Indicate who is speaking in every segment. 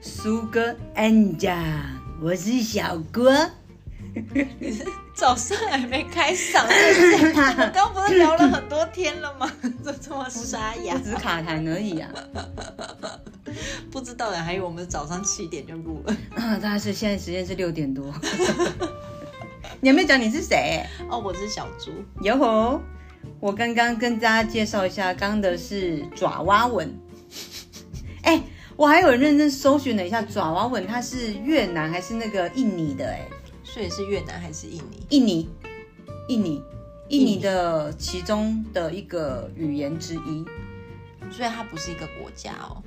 Speaker 1: 苏哥安长，我是小郭。
Speaker 2: 你是早上还没开 嗓，是不是我们刚不是聊了很多天了吗？ 怎么这么沙哑
Speaker 1: 我？只是卡痰而已啊！
Speaker 2: 不知道的，啊还以为我们早上七点就录了。
Speaker 1: 啊，大家是现在时间是六点多。 你还没讲你是谁？
Speaker 2: 哦，我是小猪，
Speaker 1: 哟吼！我刚刚跟大家介绍一下，刚的是爪哇吻。哎、我还有认真搜寻了一下爪哇吻，它是越南还是那个印尼的、哎，
Speaker 2: 所以是越南还是印尼？
Speaker 1: 印尼，印尼，印
Speaker 2: 印
Speaker 1: 尼
Speaker 2: 尼
Speaker 1: 的其中的一个语言之一，
Speaker 2: 所以它不是一个国家哦。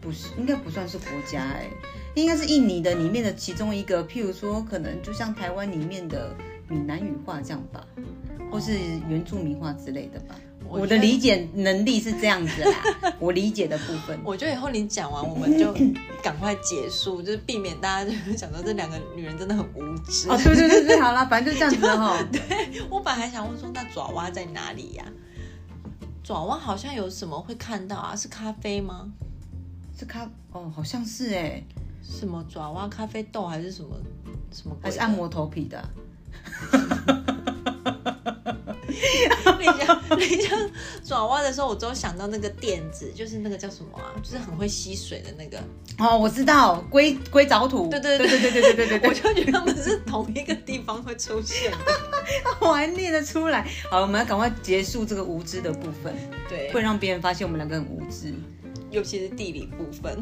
Speaker 1: 不是，应该不算是国家、哎，应该是印尼的里面的其中一个，譬如说，可能就像台湾里面的闽南语话这样吧，或是原住民话之类的吧。
Speaker 2: 我
Speaker 1: 我的
Speaker 2: 觉得
Speaker 1: 理解能力是这样子啦，我理解的部分。
Speaker 2: 我觉得以后你讲完，我们 就赶快结束，就是避免大家就是想说这两个女人真的很无知。
Speaker 1: 哦，对对对对，好啦，反正就这样子了哈。
Speaker 2: 我本来还想问说，那爪哇在哪里呀、爪哇好像有什么会看到啊？是咖啡吗？
Speaker 1: 是咖哦，好像是哎，
Speaker 2: 什么爪哇咖啡豆还是什么什么鬼的？
Speaker 1: 还是按摩头皮的啊、
Speaker 2: 你讲你讲爪哇的时候，我只有想到那个垫子，就是那个叫什么啊？就是很会吸水的那个。
Speaker 1: 哦，我知道硅硅藻土，
Speaker 2: 对对
Speaker 1: 对
Speaker 2: 对
Speaker 1: 对对对对对对，
Speaker 2: 我就觉得他们是同一个地方会出现的。
Speaker 1: 我还念得出来。好，我们要赶快结束这个无知的部分，
Speaker 2: 对
Speaker 1: 不，然让别人发现我们两个很无知。
Speaker 2: 尤其是地理部分。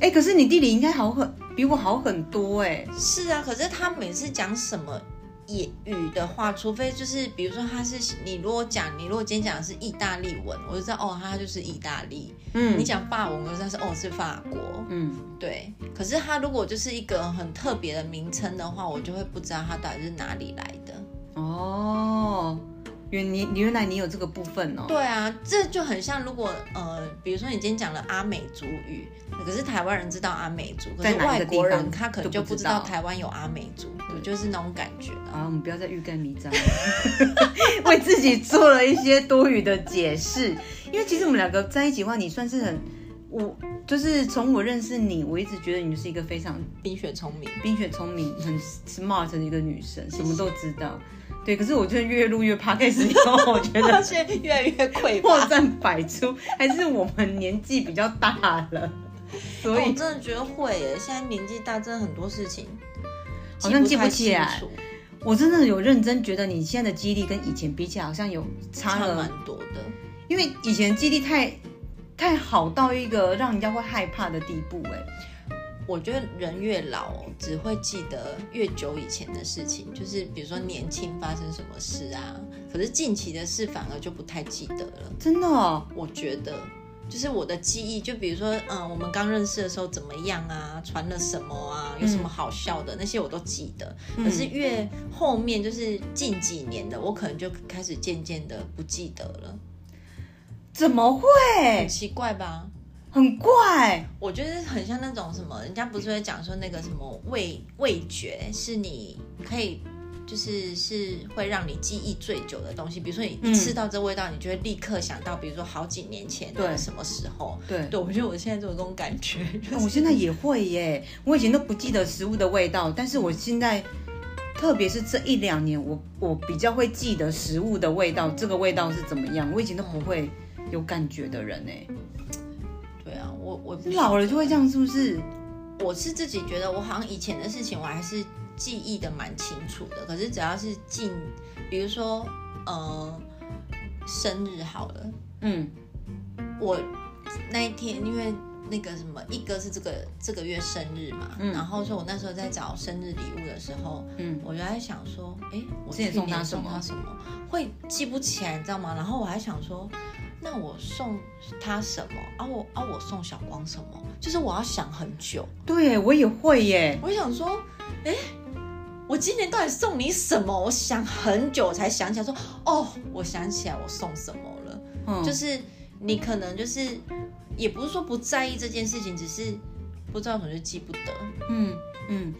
Speaker 1: 哎，可是你地理应该好很，比我好很多哎。
Speaker 2: 是啊，可是他每次讲什么也语的话，除非就是比如说他是你如果讲你如果今天讲的是意大利文，我就知道哦，他就是意大利。
Speaker 1: 嗯，
Speaker 2: 你讲法文，我就知道是哦是法国。
Speaker 1: 嗯，
Speaker 2: 对，可是他如果就是一个很特别的名称的话，我就会不知道他到底是哪里来的。
Speaker 1: 哦，原你原来你有这个部分哦。
Speaker 2: 对啊，这就很像如果呃，比如说你今天讲了阿美族语，可是台湾人知道阿美族，可
Speaker 1: 在
Speaker 2: 是
Speaker 1: 哪一
Speaker 2: 外
Speaker 1: 个地
Speaker 2: 国人
Speaker 1: 方
Speaker 2: 他可能
Speaker 1: 就
Speaker 2: 就
Speaker 1: 不
Speaker 2: 不
Speaker 1: 知
Speaker 2: 知
Speaker 1: 道
Speaker 2: 道台湾有阿美族，对，就是那种感觉啊。
Speaker 1: 好，我们不要再欲盖弥彰， 为自己做了一些多余的解释。因为其实我们两个在一起的话，你算是很，我就是从我认识你，我一直觉得你是一个非常
Speaker 2: 冰雪聪 明，
Speaker 1: 冰雪聪明、很 smart 的一个女生，什么都知道。对，可是我觉得越录越 p o d c 以后，我觉得
Speaker 2: 而且越来越 匮
Speaker 1: 破
Speaker 2: 乏。
Speaker 1: 绽百出， 还是我们年纪比较大了，所
Speaker 2: 哦我
Speaker 1: 以
Speaker 2: 真的觉得会耶，现在年纪大，真的很多事情
Speaker 1: 好像记不
Speaker 2: 太
Speaker 1: 起来
Speaker 2: 清楚
Speaker 1: 我真的有认真觉得你现在的记忆力跟以前比起来，好像有差
Speaker 2: 差
Speaker 1: 了
Speaker 2: 蛮多的。
Speaker 1: 因为以前记忆力太太好到一个让人家会害怕的地步、哎，
Speaker 2: 我觉得人越老哦，只会记得越久以前的事情，就是比如说年轻发生什么事啊，可是近期的事反而就不太记得了。
Speaker 1: 真的哦，
Speaker 2: 我觉得，就是我的记忆，就比如说，嗯，我们刚认识的时候怎么样啊，传了什么啊，有什么好笑的、那些我都记得。可是越后面就是近几年的，我可能就开始渐渐的不记得了，
Speaker 1: 怎么
Speaker 2: 很
Speaker 1: 会？
Speaker 2: 奇怪吧？
Speaker 1: 很怪，
Speaker 2: 我觉得很像那种什么，人家不是会讲说那个什么味味觉是你可以。就是是会让你记忆最久的东西，比如说你一吃到这味道，你就会立刻想到，比如说好几年前
Speaker 1: 对
Speaker 2: 的什么时候，
Speaker 1: 对。
Speaker 2: 对，我觉得我现在就有这种感 觉，就
Speaker 1: 哦我
Speaker 2: 是
Speaker 1: 现在也会耶，我以前都不记得食物的味道，但是我现在，特别是这一两年，我我比较会记得食物的味道，这个味道是怎么样，我以前都不会有感觉的人哎，
Speaker 2: 对啊，我我
Speaker 1: 老了就会这样，是不是？
Speaker 2: 我是自己觉得我好像以前的事情我还是记忆的蛮清楚的，可是只要是近，比如说呃生日好了，
Speaker 1: 嗯，
Speaker 2: 我那一天因为。那个什么，一哥是这个这个月生日嘛，
Speaker 1: 嗯
Speaker 2: 然后说我那时候在找生日礼物的时候，
Speaker 1: 嗯
Speaker 2: 嗯，我就在想说，哎，我
Speaker 1: 之前
Speaker 2: 去
Speaker 1: 送他
Speaker 2: 年
Speaker 1: 什么
Speaker 2: 送他什么，会记不起来，你知道吗？然后我还想说，那我送他什么啊我？啊，我送小光什么？就是我要想很久。
Speaker 1: 对耶，我也会耶，
Speaker 2: 我就想说，哎、我今年到底送你什么？我想很久我才想起来说，哦，我想起来我送什么了。
Speaker 1: 嗯，
Speaker 2: 就是你可能就是也不是说不在意这件事情，只是不知道怎么就记不得。
Speaker 1: 嗯，嗯，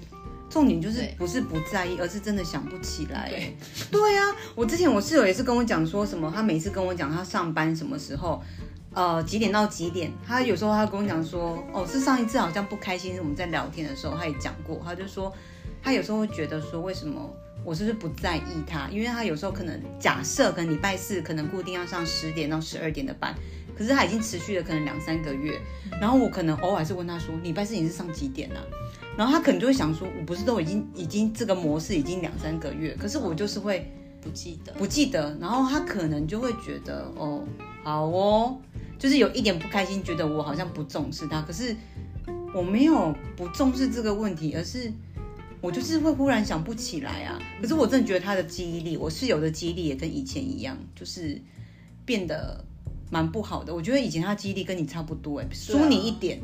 Speaker 1: 重点就是
Speaker 2: 对
Speaker 1: 不是不在意，而是真的想不起来。哎，对啊，我之前我室友也是跟我讲说什么，他每次跟我讲他上班什么时候，呃几点到几点，他有时候他跟我讲说，哦，是上一次好像不开心，我们在聊天的时候他也讲过，他就说他有时候会觉得说为什么。我是不是不在意他？因为他有时候可能假设，可能礼拜四可能固定要上十点到十二点的班，可是他已经持续了可能两三个月。然后我可能偶尔还是问他说：“礼拜四你是上几点啊？”然后他可能就会想说：“我不是都已经已经这个模式已经两三个月，可是我就是会
Speaker 2: 不记得，
Speaker 1: 不记得。”然后他可能就会觉得：“哦，好哦，就是有一点不开心，觉得我好像不重视他。可是我没有不重视这个问题，而是我就是会忽然想不起来啊。可是我真的觉得他的记忆力，我室友的记忆力也跟以前一样，就是变得蛮不好的。我觉得以前他记忆力跟你差不多、欸，哎，输你一点。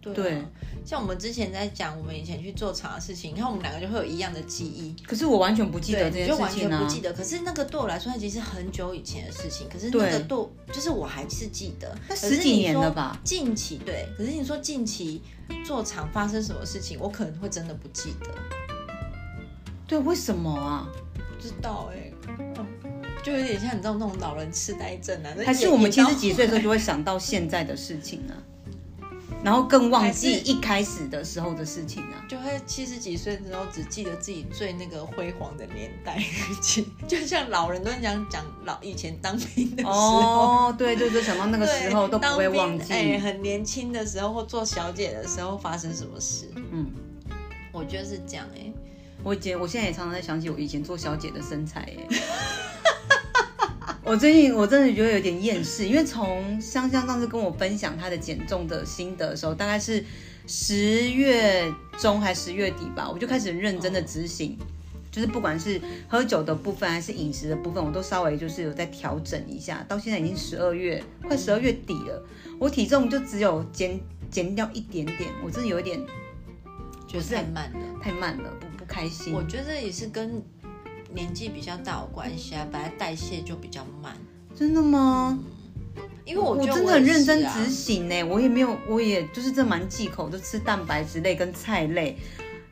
Speaker 2: 对啊
Speaker 1: 对
Speaker 2: 像我们之前在讲我们以前去做茶的事情，你看我们两个就会有一样的记忆，
Speaker 1: 可是我完全不记得
Speaker 2: 对，
Speaker 1: 这件
Speaker 2: 就
Speaker 1: 事
Speaker 2: 完全
Speaker 1: 情
Speaker 2: 不
Speaker 1: 啊
Speaker 2: 记。得。可是那个对我来说，它其实很久以前的事情。可是那
Speaker 1: 对
Speaker 2: 个对我，就是我还是记得。
Speaker 1: 那
Speaker 2: 可是
Speaker 1: 十几
Speaker 2: 你
Speaker 1: 年
Speaker 2: 说
Speaker 1: 了吧
Speaker 2: 近期对，可是你说近期做厂发生什么事情，我可能会真的不记得，
Speaker 1: 对，为什么啊？
Speaker 2: 不知道哎、嗯就有点像你知道那种老人痴呆症啊，那
Speaker 1: 还是
Speaker 2: 演
Speaker 1: 我们
Speaker 2: 演
Speaker 1: 七
Speaker 2: 到
Speaker 1: 十几岁的时候就会想到现在的事情啊，然后更忘记
Speaker 2: 还是
Speaker 1: 一开始的时候的事情啊。
Speaker 2: 就会七十几岁之后只记得自己最那个辉煌的年代， 就就像老人都很想讲老以前当兵的时候。
Speaker 1: 哦， 对对对，想到那个时候
Speaker 2: 对
Speaker 1: 都不会
Speaker 2: 当兵
Speaker 1: 忘记。
Speaker 2: 哎、很年轻的时候或做小姐的时候发生什么事，
Speaker 1: 嗯，
Speaker 2: 我觉得是这样哎、
Speaker 1: 我以前我现在也常常在想起我以前做小姐的身材耶。我最近我真的觉得有点厌世，因为从香香上次跟我分享她的减重的心得的时候，大概是十月中还十月底吧，我就开始认
Speaker 2: 哦
Speaker 1: 真的执行。就是不管是喝酒的部分还是饮食的部分，我都稍微就是有在调整一下。到现在已经十二月，快十二月底了，我体重就只有减减掉一点点，我真的有一点
Speaker 2: 觉得太慢了。
Speaker 1: 太慢了，不不开心。
Speaker 2: 我觉得也是跟年纪比较大有关系啊，本来代谢就比较慢。
Speaker 1: 真的吗？
Speaker 2: 因为我觉
Speaker 1: 我
Speaker 2: 得
Speaker 1: 真的很
Speaker 2: 也
Speaker 1: 认真
Speaker 2: 是啊
Speaker 1: 执行呢、欸我也没有，我也就是这蛮忌口，就吃蛋白质类跟菜类，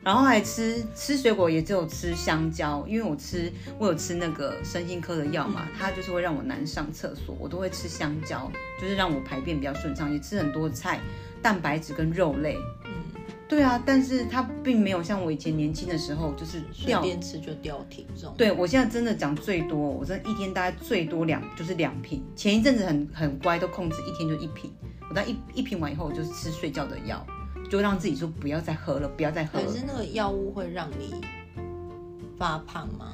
Speaker 1: 然后还吃吃水果，也只有吃香蕉，因为我吃我有吃那个身心科的药
Speaker 2: 嗯
Speaker 1: 嘛，它就是会让我难上厕所，我都会吃香蕉，就是让我排便比较顺畅，也吃很多菜、蛋白质跟肉类。
Speaker 2: 嗯，
Speaker 1: 对啊，但是它并没有像我以前年轻的时候就是
Speaker 2: 随
Speaker 1: 掉
Speaker 2: 便吃就掉体重。
Speaker 1: 对我现在真的讲最多，我真的一天大概最多两就是两瓶。前一阵子很很乖，都控制一天就一瓶。我到一一瓶完以后，我就是吃睡觉的药，就让自己说不要再喝了，不要再喝
Speaker 2: 可
Speaker 1: 了
Speaker 2: 是。那个药物会让你发胖吗？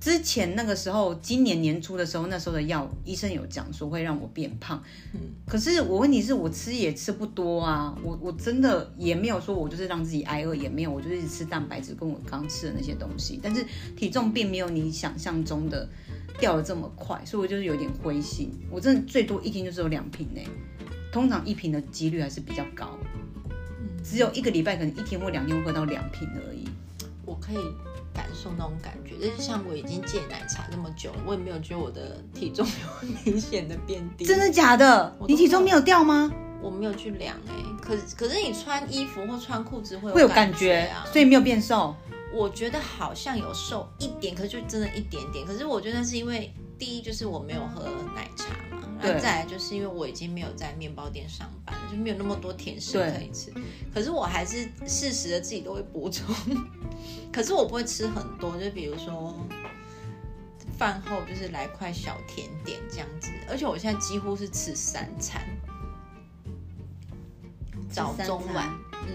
Speaker 1: 之前那个时候，今年年初的时候，那时候的药医生有讲说会让我变胖，
Speaker 2: 嗯
Speaker 1: 可是我问题是我吃也吃不多啊，我我真的也没有说我就是让自己挨饿，也没有，我就是一直吃蛋白质跟我刚吃的那些东西，但是体重并没有你想象中的掉的这么快，所以我就是有点灰心，我真的最多一天就只有两瓶呢、通常一瓶的几率还是比较高，
Speaker 2: 嗯
Speaker 1: 只有一个礼拜可能一天或两天会喝到两瓶而已。
Speaker 2: 我可以感受那种感觉，就是像我已经戒奶茶那么久了，我也没有觉得我的体重有明显的变低。
Speaker 1: 真的假的？
Speaker 2: 我都
Speaker 1: 你体重
Speaker 2: 没
Speaker 1: 没有掉吗？
Speaker 2: 我没有去量哎、可可是你穿衣服或穿裤子会
Speaker 1: 会有
Speaker 2: 感
Speaker 1: 感觉，
Speaker 2: 啊。
Speaker 1: 所以没有变瘦。
Speaker 2: 我觉得好像有瘦一点，可是就真的一点点。可是我觉得那是因为第一就是我没有喝奶茶嘛，然后
Speaker 1: 对
Speaker 2: 再来就是因为我已经没有在面包店上班了，就没有那么多甜食
Speaker 1: 对
Speaker 2: 可以吃。可是我还是适时的自己都会补充， 可是我不会吃很多，就比如说。饭后就是来块小甜点这样子，而且我现在几乎是吃三餐，早
Speaker 1: 三
Speaker 2: 中
Speaker 1: 餐
Speaker 2: 晚，
Speaker 1: 嗯，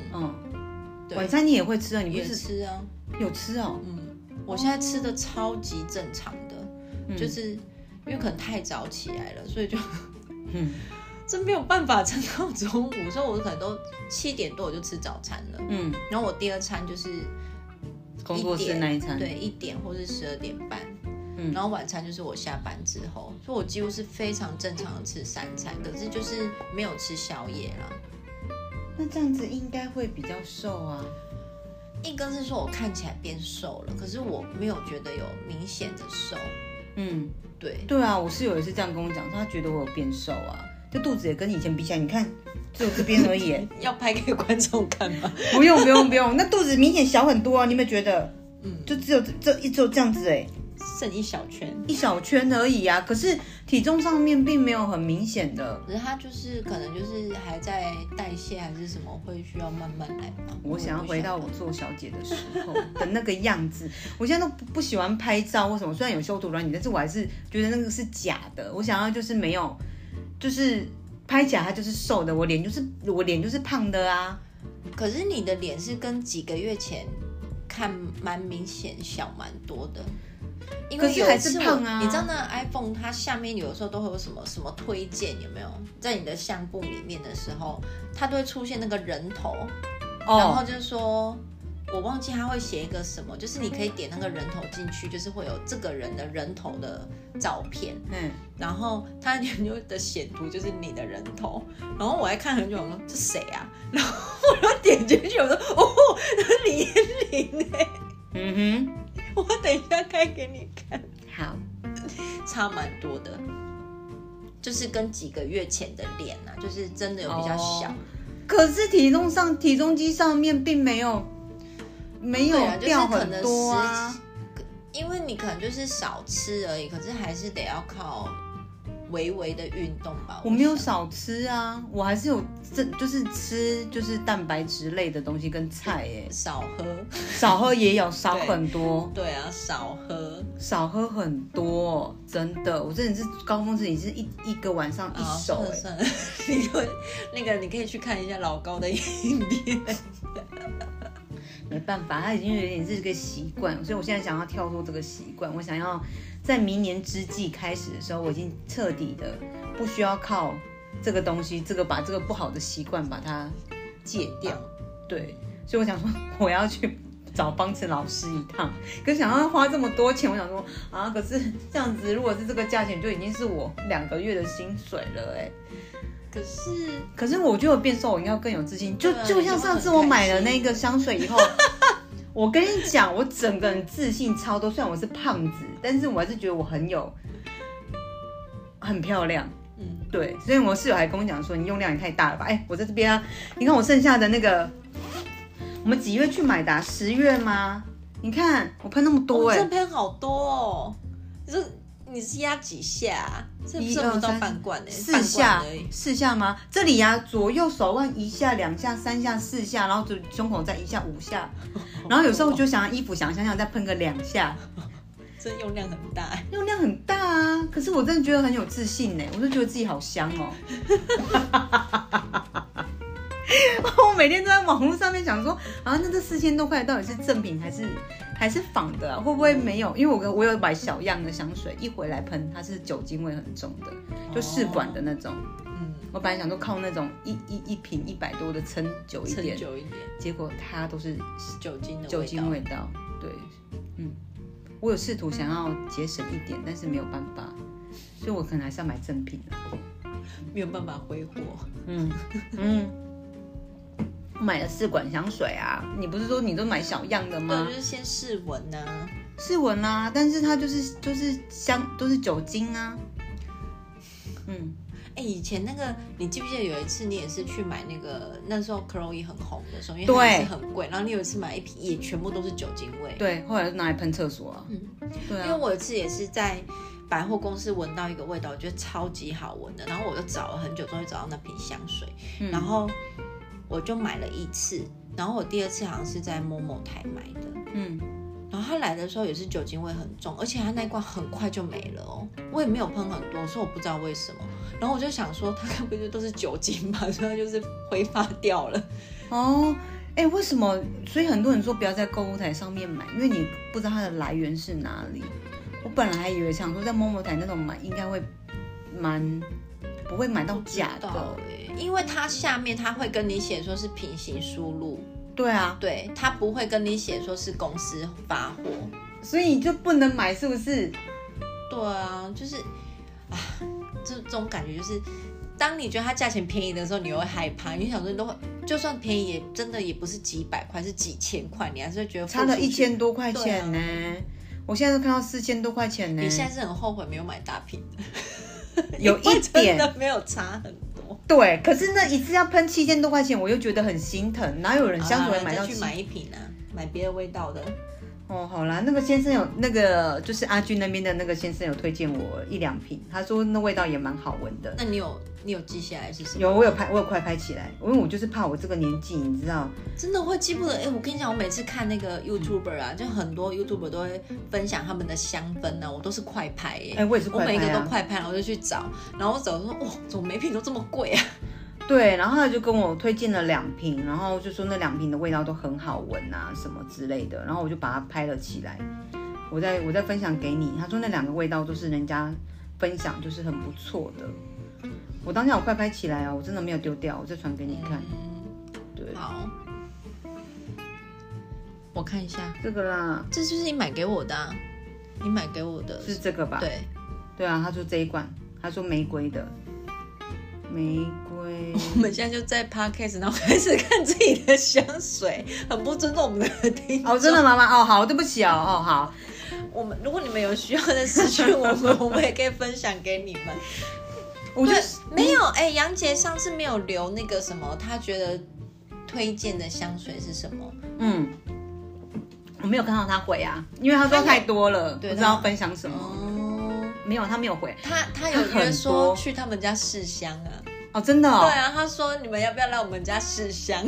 Speaker 2: 嗯，对，
Speaker 1: 晚餐你也会吃啊？你不
Speaker 2: 也
Speaker 1: 是
Speaker 2: 吃啊，
Speaker 1: 有吃哦？
Speaker 2: 嗯，我现在吃的超级正常的，
Speaker 1: 嗯
Speaker 2: 就是因为可能太早起来了，所以就
Speaker 1: 嗯
Speaker 2: 真没有办法撑到中午，所以我可能都七点多我就吃早餐了，
Speaker 1: 嗯，
Speaker 2: 然后我第二餐就是
Speaker 1: 工作室那一餐，
Speaker 2: 点对，一点或是十二点半。
Speaker 1: 嗯
Speaker 2: 然后晚餐就是我下班之后，所以我几乎是非常正常的吃三餐，可是就是没有吃宵夜啦。
Speaker 1: 那这样子应该会比较瘦啊。
Speaker 2: 一根是说我看起来变瘦了，可是我没有觉得有明显的瘦，
Speaker 1: 嗯，
Speaker 2: 对，
Speaker 1: 对啊，我室友也是这样跟我讲，说他觉得我有变瘦啊，就肚子也跟以前比起来，你 看只有这边而已耶。
Speaker 2: 要拍给观众看吗？
Speaker 1: 不用不用不用，那肚子明显小很多啊，你有没有觉得？
Speaker 2: 嗯
Speaker 1: 就只有这这一只有这样子哎，
Speaker 2: 剩一小圈，
Speaker 1: 一小圈而已啊。可是体重上面并没有很明显的。
Speaker 2: 可是它就是可能就是还在代谢还是什么，会需要慢慢来吧。
Speaker 1: 我想要
Speaker 2: 也不
Speaker 1: 回到
Speaker 2: 晓
Speaker 1: 我
Speaker 2: 得
Speaker 1: 做小姐的 时候的那个样子。我现在都不不喜欢拍照或什么，虽然有修图软体，但是我还是觉得那个是假的。我想要就是没有，就是拍假它就是瘦的，我脸就是我脸就是胖的啊。
Speaker 2: 可是你的脸是跟几个月前看蛮明显小蛮多的，因为
Speaker 1: 可是
Speaker 2: 有一
Speaker 1: 还是
Speaker 2: 次我
Speaker 1: 胖啊
Speaker 2: 你知道那 iPhone 它下面有的时候都会有什么什么推荐有没有？在你的相簿里面的时候，它都会出现那个人头，然后
Speaker 1: 哦，
Speaker 2: 就是说。我忘记它会写一个什么，就是你可以点那个人头进去，就是会有这个人的人头的照片，
Speaker 1: 嗯，
Speaker 2: 然后它研究的显图就是你的人头，然后我还看很久，我说这谁啊？然后我就点进去，我说哦，李彦霖哎，
Speaker 1: 嗯哼，
Speaker 2: 我等一下开给你看，
Speaker 1: 好，
Speaker 2: 差蛮多的，就是跟几个月前的脸啊，就是真的有比较小，
Speaker 1: 哦可是体重上体重机上面并没有没有
Speaker 2: 对啊，就是
Speaker 1: 掉
Speaker 2: 可
Speaker 1: 很
Speaker 2: 能
Speaker 1: 多
Speaker 2: 十
Speaker 1: 啊。
Speaker 2: 几，因为你可能就是少吃而已，可是还是得要靠微微的运动吧。
Speaker 1: 我没有
Speaker 2: 想
Speaker 1: 少吃啊，我还是有这就是吃就是蛋白质类的东西跟菜哎、
Speaker 2: 少喝，
Speaker 1: 少喝也有少很多，
Speaker 2: 对啊，少喝。
Speaker 1: 少喝很多，真的，我真的是高峰时期是一一个晚上一
Speaker 2: 啊
Speaker 1: 手哎、
Speaker 2: 算了 算了，你就那个你可以去看一下老高的影片。
Speaker 1: 没办法，它已经有点是个习惯，所以我现在想要跳脱这个习惯，我想要在明年之际开始的时候，我已经彻底的不需要靠这个东西，这个把这个不好的习惯把它戒掉。对，所以我想说我要去找方程老师一趟，可是想要花这么多钱，我想说啊，可是这样子如果是这个价钱，就已经是我两个月的薪水了哎、
Speaker 2: 可是
Speaker 1: 可是我觉得我变瘦，我应该要更有自信。就
Speaker 2: 对啊
Speaker 1: 就像上次我买了那个香水 以后，我跟你讲，我整个人自信超多。虽然我是胖子，但是我还是觉得我很有，很漂亮。
Speaker 2: 嗯，
Speaker 1: 对，所以我室友还跟我讲说，你用量也太大了吧？哎、我在这边啊，你看我剩下的那个，我们几月去买的啊、十月吗？你看我喷那么多
Speaker 2: 我
Speaker 1: 哎、
Speaker 2: 这篇好多哦。你说你是压几下、啊？这
Speaker 1: 一
Speaker 2: 这
Speaker 1: 二
Speaker 2: 不到
Speaker 1: 三
Speaker 2: 半罐呢、半
Speaker 1: 四
Speaker 2: 罐
Speaker 1: 下
Speaker 2: 而已，。
Speaker 1: 四下吗？这里呀、左右手腕一下、两下、三下、四下，然后就胸口再一下、五 下，然后有时候我就想要衣服想想想再喷个两下，
Speaker 2: 这用量很大、欸
Speaker 1: 用量很大啊。可是我真的觉得很有自信呢，我就觉得自己好香哦。 我每天都在网络上面想说，啊，那这四千多块到底是正品还是还是仿的、啊？会不会没有？因为我跟我有买小样的香水，一回来喷它是酒精味很重的，就试管的那种。
Speaker 2: 嗯，
Speaker 1: 我本来想说靠那种一一一瓶一百多的撑久一
Speaker 2: 撑
Speaker 1: 点，
Speaker 2: 久一点，
Speaker 1: 结果它都是
Speaker 2: 酒精的
Speaker 1: 酒精
Speaker 2: 味
Speaker 1: 味道。对，嗯，我有试图想要节省一点，但是没有办法，所以我可能还是要买正品啦
Speaker 2: 道没有办法挥霍。
Speaker 1: 嗯嗯，我买了四管香水啊，你不是说你都买小样的
Speaker 2: 对，啊
Speaker 1: 吗
Speaker 2: 就？是先试闻啊。
Speaker 1: 试闻啊，但是它就是就是香都是酒精啊。嗯，
Speaker 2: 哎、以前那个，你记不记得有一次你也是去买那个，那时候 Chloe 很红的时候，因为它
Speaker 1: 对
Speaker 2: 也是很贵，然后你有一次买一瓶，也全部都是酒精味。
Speaker 1: 对，后来就拿来喷厕所啊。嗯，对
Speaker 2: 因为
Speaker 1: 啊，
Speaker 2: 我有一次也是在百货公司闻到一个味道，我觉得超级好闻的，然后我就找了很久，终于找到那瓶香水，
Speaker 1: 嗯
Speaker 2: 然后我就买了一次，然后我第二次好像是在某某台买的，
Speaker 1: 嗯。
Speaker 2: 然后它来的时候也是酒精味很重，而且它那一罐很快就没了哦，我也没有喷很多，所以我不知道为什么，然后我就想说它该不就都是酒精吧， 所以它就是挥发掉了，
Speaker 1: 哦，哎、为什么？所以很多人说不要在购物台上面买，因为你不知道它的来源是哪里。我本来还以为想说在某某台那种买，应该会蛮不会买到假
Speaker 2: 不知道
Speaker 1: 的。
Speaker 2: 欸因为它下面它会跟你写说是平行输入。
Speaker 1: 对啊，
Speaker 2: 对他不会跟你写说是公司发货。
Speaker 1: 所以你就不能买，是不是？
Speaker 2: 对啊，就是啊，这这种感觉就是，当你觉得它价钱便宜的时候，你又会害怕，你想说你都会，就算便宜也真的也不是几百块，是几千块，你还是会觉得
Speaker 1: 差了
Speaker 2: 付出
Speaker 1: 一
Speaker 2: 去。
Speaker 1: 千多块钱呢、我现在都看到四千多块钱呢、
Speaker 2: 啊你现在是很后悔没有买大瓶的，
Speaker 1: 有一
Speaker 2: 真
Speaker 1: 点
Speaker 2: 的没有差很多。
Speaker 1: 对，可是那一次要喷七千多块钱，我又觉得很心疼。哪有人香水
Speaker 2: 好
Speaker 1: 会
Speaker 2: 啦
Speaker 1: 买
Speaker 2: 再
Speaker 1: 到
Speaker 2: 去
Speaker 1: 七
Speaker 2: 买一瓶啊，买别的味道的。
Speaker 1: 哦，好啦，那个先生有那个就是阿俊那边的那个先生有推荐我一两瓶，他说那味道也蛮好闻的。
Speaker 2: 那你有你有记下来是什么？
Speaker 1: 有，我有拍，我有快拍起来，因为我就是怕我这个年纪，你知道，
Speaker 2: 真的会记不得。
Speaker 1: 嗯
Speaker 2: 哎、我跟你讲，我每次看那个 YouTuber 啊，就很多 YouTuber 都会分享他们的香氛呢、啊，我都是快拍耶、
Speaker 1: 哎、我也是
Speaker 2: 我
Speaker 1: 快
Speaker 2: 每一
Speaker 1: 拍
Speaker 2: 个都
Speaker 1: 啊。
Speaker 2: 快拍，然后就去找，然后我找说，哇，怎么每瓶都这么贵啊？
Speaker 1: 对，然后他就跟我推荐了两瓶，然后就说那两瓶的味道都很好闻啊，什么之类的，然后我就把它拍了起来，我再我再分享给你。他说那两个味道都是人家分享，就是很不错的。我当下我快拍起来啊，我真的没有丢掉，我再传给你看。嗯对，
Speaker 2: 嗯好，我看一下，
Speaker 1: 这个啦，
Speaker 2: 这就是你买给我的、啊，你买给我的，
Speaker 1: 是这个吧？
Speaker 2: 对，
Speaker 1: 对啊，他说这一罐，他说玫瑰的，玫瑰。
Speaker 2: 我们现在就在 podcast，然后开始看自己的香水，很不尊重我们的听众。
Speaker 1: 哦，真的妈妈哦，好，对不起哦，哦好，
Speaker 2: 我们如果你们有需要的私讯我们，我们也可以分享给你们。
Speaker 1: 我就
Speaker 2: 对，没有哎，杨杰上次没有留那个什么，他觉得推荐的香水是什么？
Speaker 1: 嗯，我没有看到他回啊，因为他说太多了，不
Speaker 2: 对
Speaker 1: 知道分享什么。
Speaker 2: 哦，
Speaker 1: 没有，他没有回
Speaker 2: 他他有
Speaker 1: 他很
Speaker 2: 约说
Speaker 1: 多
Speaker 2: 去他们家试香啊。
Speaker 1: 哦，真的哦
Speaker 2: 对。啊，他说你们要不要来我们家试香？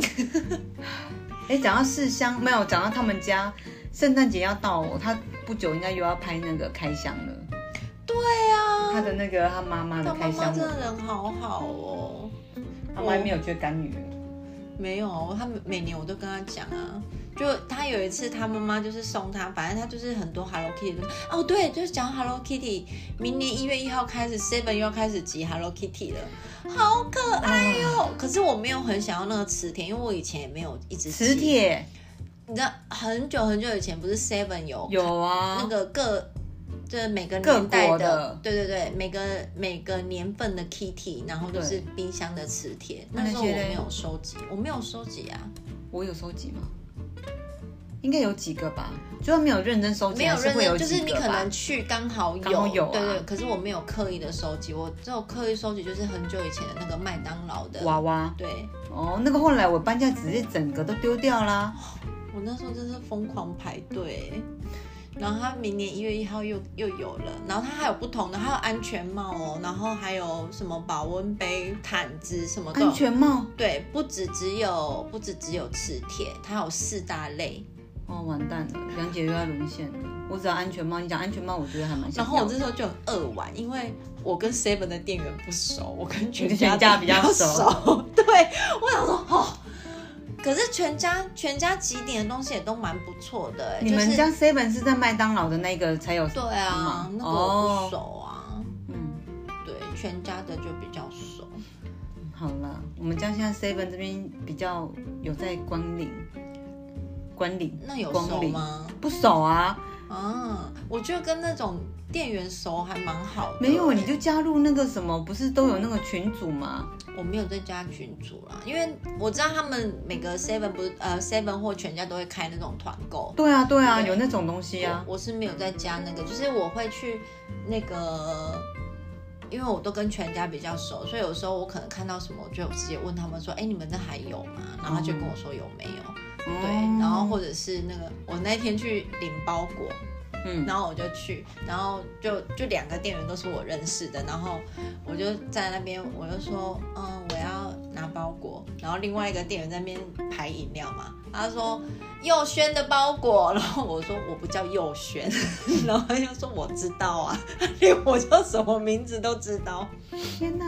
Speaker 1: 哎，讲到试香，没有讲到他们家圣诞节要到哦，他不久应该又要拍那个开箱了。
Speaker 2: 对啊，
Speaker 1: 他的那个他妈妈
Speaker 2: 他
Speaker 1: 的
Speaker 2: 妈
Speaker 1: 开
Speaker 2: 妈
Speaker 1: 箱
Speaker 2: 真
Speaker 1: 文，
Speaker 2: 的人好好哦。
Speaker 1: 他妈没有缺干女儿。
Speaker 2: 没有，他每每年我都跟他讲啊，就他有一次他妈妈就是送他，反正他就是很多 Hello Kitty 的东西哦，对，就是讲 Hello Kitty，明年一月一号开始 Seven 又要开始集 Hello Kitty 了，好可爱哟、可是我没有很想要那个磁铁，因为我以前也没有一直集
Speaker 1: 磁，铁
Speaker 2: 你知道很久很久以前不是 Seven 有
Speaker 1: 有啊
Speaker 2: 那，个各。就是每个
Speaker 1: 各
Speaker 2: 年代
Speaker 1: 国
Speaker 2: 的，
Speaker 1: 的
Speaker 2: 对对对，每个每个年份的 Kitty，然后就是
Speaker 1: 对
Speaker 2: 冰箱的磁铁。
Speaker 1: 那
Speaker 2: 那时候我
Speaker 1: 那些嘞
Speaker 2: 没有收集，我没有收集啊。
Speaker 1: 我有收集吗？应该有几个吧，就算没有认真收集，
Speaker 2: 没有
Speaker 1: 还是
Speaker 2: 认
Speaker 1: 会有
Speaker 2: 真，
Speaker 1: 几
Speaker 2: 就
Speaker 1: 个
Speaker 2: 是你可
Speaker 1: 吧
Speaker 2: 能去刚好有，
Speaker 1: 刚好有啊
Speaker 2: 对对。可是我没有刻意的收集，我只有刻意收集就是很久以前的那个麦当劳的。
Speaker 1: 娃娃
Speaker 2: 对，
Speaker 1: 哦，那个后来我搬家直接整个都丢掉啦。
Speaker 2: 我那时候真是疯狂排队。然后他明年一月一号又又有了，然后他还有不同的，还有安全帽哦，然后还有什么保温杯、毯子什么都有
Speaker 1: 安全帽
Speaker 2: 对，不止只有不止只有磁铁，它有四大类。
Speaker 1: 哦，完蛋了，杨姐又要沦陷了。我只要安全帽，你讲安全帽，我觉得还蛮想
Speaker 2: 然后我
Speaker 1: 要的。
Speaker 2: 这时候就很扼腕，因为我跟 Seven 的店员不熟，我跟全
Speaker 1: 你跟
Speaker 2: 家
Speaker 1: 全家
Speaker 2: 都
Speaker 1: 比较熟
Speaker 2: 熟 对，我想说哦，可是全家全家几点的东西也都蛮不错的、欸，
Speaker 1: 你们
Speaker 2: 就是
Speaker 1: 家 Seven 是在麦当劳的那个才有
Speaker 2: 对啊
Speaker 1: 吗，
Speaker 2: 那个我不熟啊。
Speaker 1: 嗯，
Speaker 2: 对，全家的就比较熟。
Speaker 1: 好啦，我们家现在 Seven 这边比较有在关领，关领
Speaker 2: 那有
Speaker 1: 光
Speaker 2: 熟
Speaker 1: 临
Speaker 2: 吗？
Speaker 1: 不熟啊，
Speaker 2: 啊，我觉得跟那种店员熟还蛮好的。
Speaker 1: 没有你就加入那个什么，不是都有那个群组吗？
Speaker 2: 我没有在加群组啦，因为我知道他们每个 Seven 不是呃 Seven 或全家都会开那种团购。
Speaker 1: 对啊，对啊，
Speaker 2: 对
Speaker 1: 有那种东西啊。
Speaker 2: 我我是没有在加那个，就是我会去那个，因为我都跟全家比较熟，所以有时候我可能看到什么，我就直接问他们说：“哎、你们那还有吗？”然后他就跟我说有没有。对，然
Speaker 1: 哦
Speaker 2: 后或者是那个，我那天去领包裹，
Speaker 1: 嗯，
Speaker 2: 然后我就去，然后就就两个店员都是我认识的，然后我就在那边，我就说，嗯，我要拿包裹，然后另外一个店员在那边排饮料嘛，他说佑轩的包裹， 然后我说我不叫佑轩， 然后他就说我知道啊， 连我叫什么名字都知道，
Speaker 1: 天哪，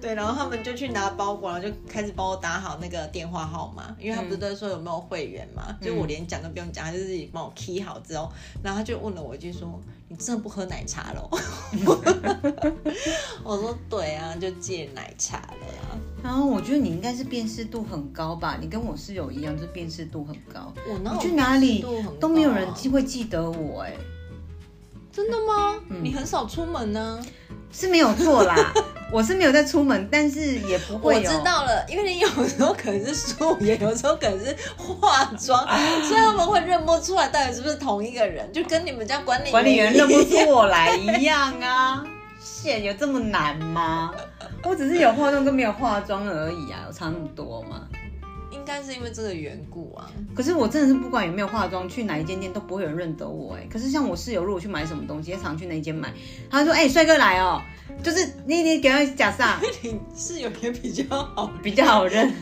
Speaker 2: 对，然后他们就去拿包裹，然后就开始帮我打好那个电话号码，因为他不是都说有没有会员嘛，就我连讲都不用讲，他就自己帮我 key 好之后，然后他就问了我一句说：“你真的不喝奶茶喽？” 我说：“对啊，就戒奶茶了啊。
Speaker 1: 然后我觉得你应该是辨识度很高吧，你跟我室友一样，就是辨识度很高。”
Speaker 2: 我
Speaker 1: 我
Speaker 2: 哪
Speaker 1: 去哪里都没有人
Speaker 2: 记，
Speaker 1: 记会记得我、哎，
Speaker 2: 啊真的吗？
Speaker 1: 嗯
Speaker 2: 你很少出门呢、
Speaker 1: 是没有错 啦，我是没有在出门，但是也不
Speaker 2: 我
Speaker 1: 会哦有。
Speaker 2: 知道了，因为你有时候可能是素颜，有时候可能是化 妆，所以他们会认不出来到底是不是同一个人，就跟你们家管理
Speaker 1: 管理员
Speaker 2: 一样
Speaker 1: 认不出我来一样啊，线有这么难吗？我只是有化妆跟没有化妆而已啊，有差那么多吗？
Speaker 2: 应应该是因为这个缘故 啊。
Speaker 1: 可是我真的是不管有没有化妆，去哪一间店都不会有人认得我哎。可是像我室友，如果去买什么东西，他常去那一间买，他说：“哎、帅哥来哦、就是你你给他假上，
Speaker 2: 你室友也比较好
Speaker 1: 比较好 认。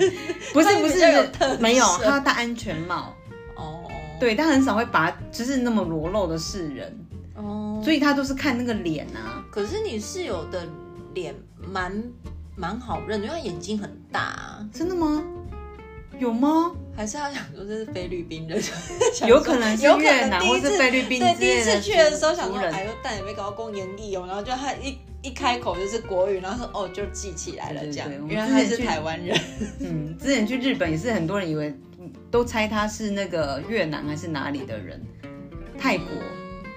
Speaker 1: 不是
Speaker 2: 他也
Speaker 1: 不
Speaker 2: 比
Speaker 1: 是
Speaker 2: 较有特色
Speaker 1: 没有，他要戴安全帽。
Speaker 2: 哦，
Speaker 1: 对，他很少会把就是那么裸露的示人，
Speaker 2: 哦，
Speaker 1: 所以他都是看那个脸啊。
Speaker 2: 可是你室友的脸蛮蛮好认的，因为他眼睛很大、啊，
Speaker 1: 真的吗？有吗？
Speaker 2: 还是他想说这是菲律宾 人，
Speaker 1: 有可能是
Speaker 2: 有可
Speaker 1: 越
Speaker 2: 能
Speaker 1: 南
Speaker 2: 第
Speaker 1: 或
Speaker 2: 一
Speaker 1: 是
Speaker 2: 次
Speaker 1: 菲律宾
Speaker 2: 对，
Speaker 1: 之
Speaker 2: 第一
Speaker 1: 类
Speaker 2: 次
Speaker 1: 的
Speaker 2: 去的时候想
Speaker 1: 族
Speaker 2: 说，
Speaker 1: 人
Speaker 2: 哎呦，但也没搞到公演义哦，然后就他一一开口就是国语，然后说哦就记起来了
Speaker 1: 对对
Speaker 2: 这样
Speaker 1: 对我，们
Speaker 2: 原来他
Speaker 1: 之前
Speaker 2: 是
Speaker 1: 去
Speaker 2: 台湾人，
Speaker 1: 嗯，之前去日本也是很多人以为，嗯都猜他是那个越南还是哪里的人，泰国。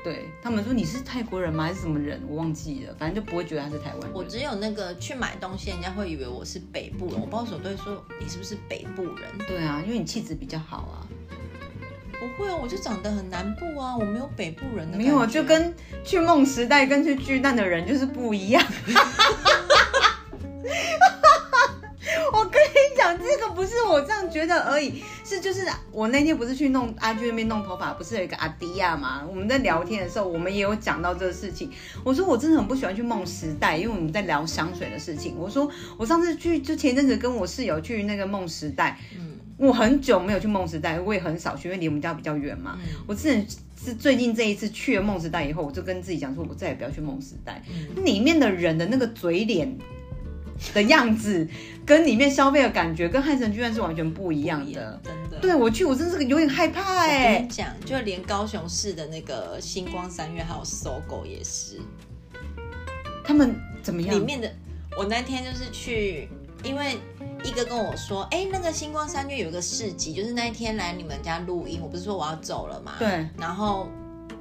Speaker 1: 对他们说你是泰国人吗？还是什么人？我忘记了，反正就不会觉得他是台湾人。
Speaker 2: 我只有那个去买东西，人家会以为我是北部人，我不知道为什么都会说你是不是北部人？
Speaker 1: 对啊，因为你气质比较好啊。
Speaker 2: 不会啊，我就长得很南部啊，我没有北部人的感觉哎
Speaker 1: 没有啊，就跟去梦时代跟去巨蛋的人就是不一样。 我跟你讲，这个不是我这样觉得而已，是就是我那天不是去弄阿居那边弄头发，不是有一个阿迪亚嘛？我们在聊天的时候，我们也有讲到这个事情。我说我真的很不喜欢去梦时代，因为我们在聊香水的事情。我说我上次去，就前一阵子跟我室友去那个梦时代，
Speaker 2: 嗯
Speaker 1: 我很久没有去梦时代，我也很少去，因为离我们家比较远嘛。
Speaker 2: 嗯
Speaker 1: 我之前是最近这一次去了梦时代以后，我就跟自己讲说，我再也不要去梦时代。
Speaker 2: 嗯，
Speaker 1: 里面的人的那个嘴脸的样子，跟里面消费的感觉，跟汉神居然是完全不一样的。
Speaker 2: 真的。
Speaker 1: 对我去，我真是有点害怕
Speaker 2: 我跟
Speaker 1: 哎、
Speaker 2: 你讲，就连高雄市的那个星光三月还有搜狗也是，
Speaker 1: 他们怎么样？
Speaker 2: 里面的我那天就是去，因为一哥跟我说，哎、那个星光三月有一个市集，就是那一天来你们家录音，我不是说我要走了嘛，，
Speaker 1: 对，
Speaker 2: 然后。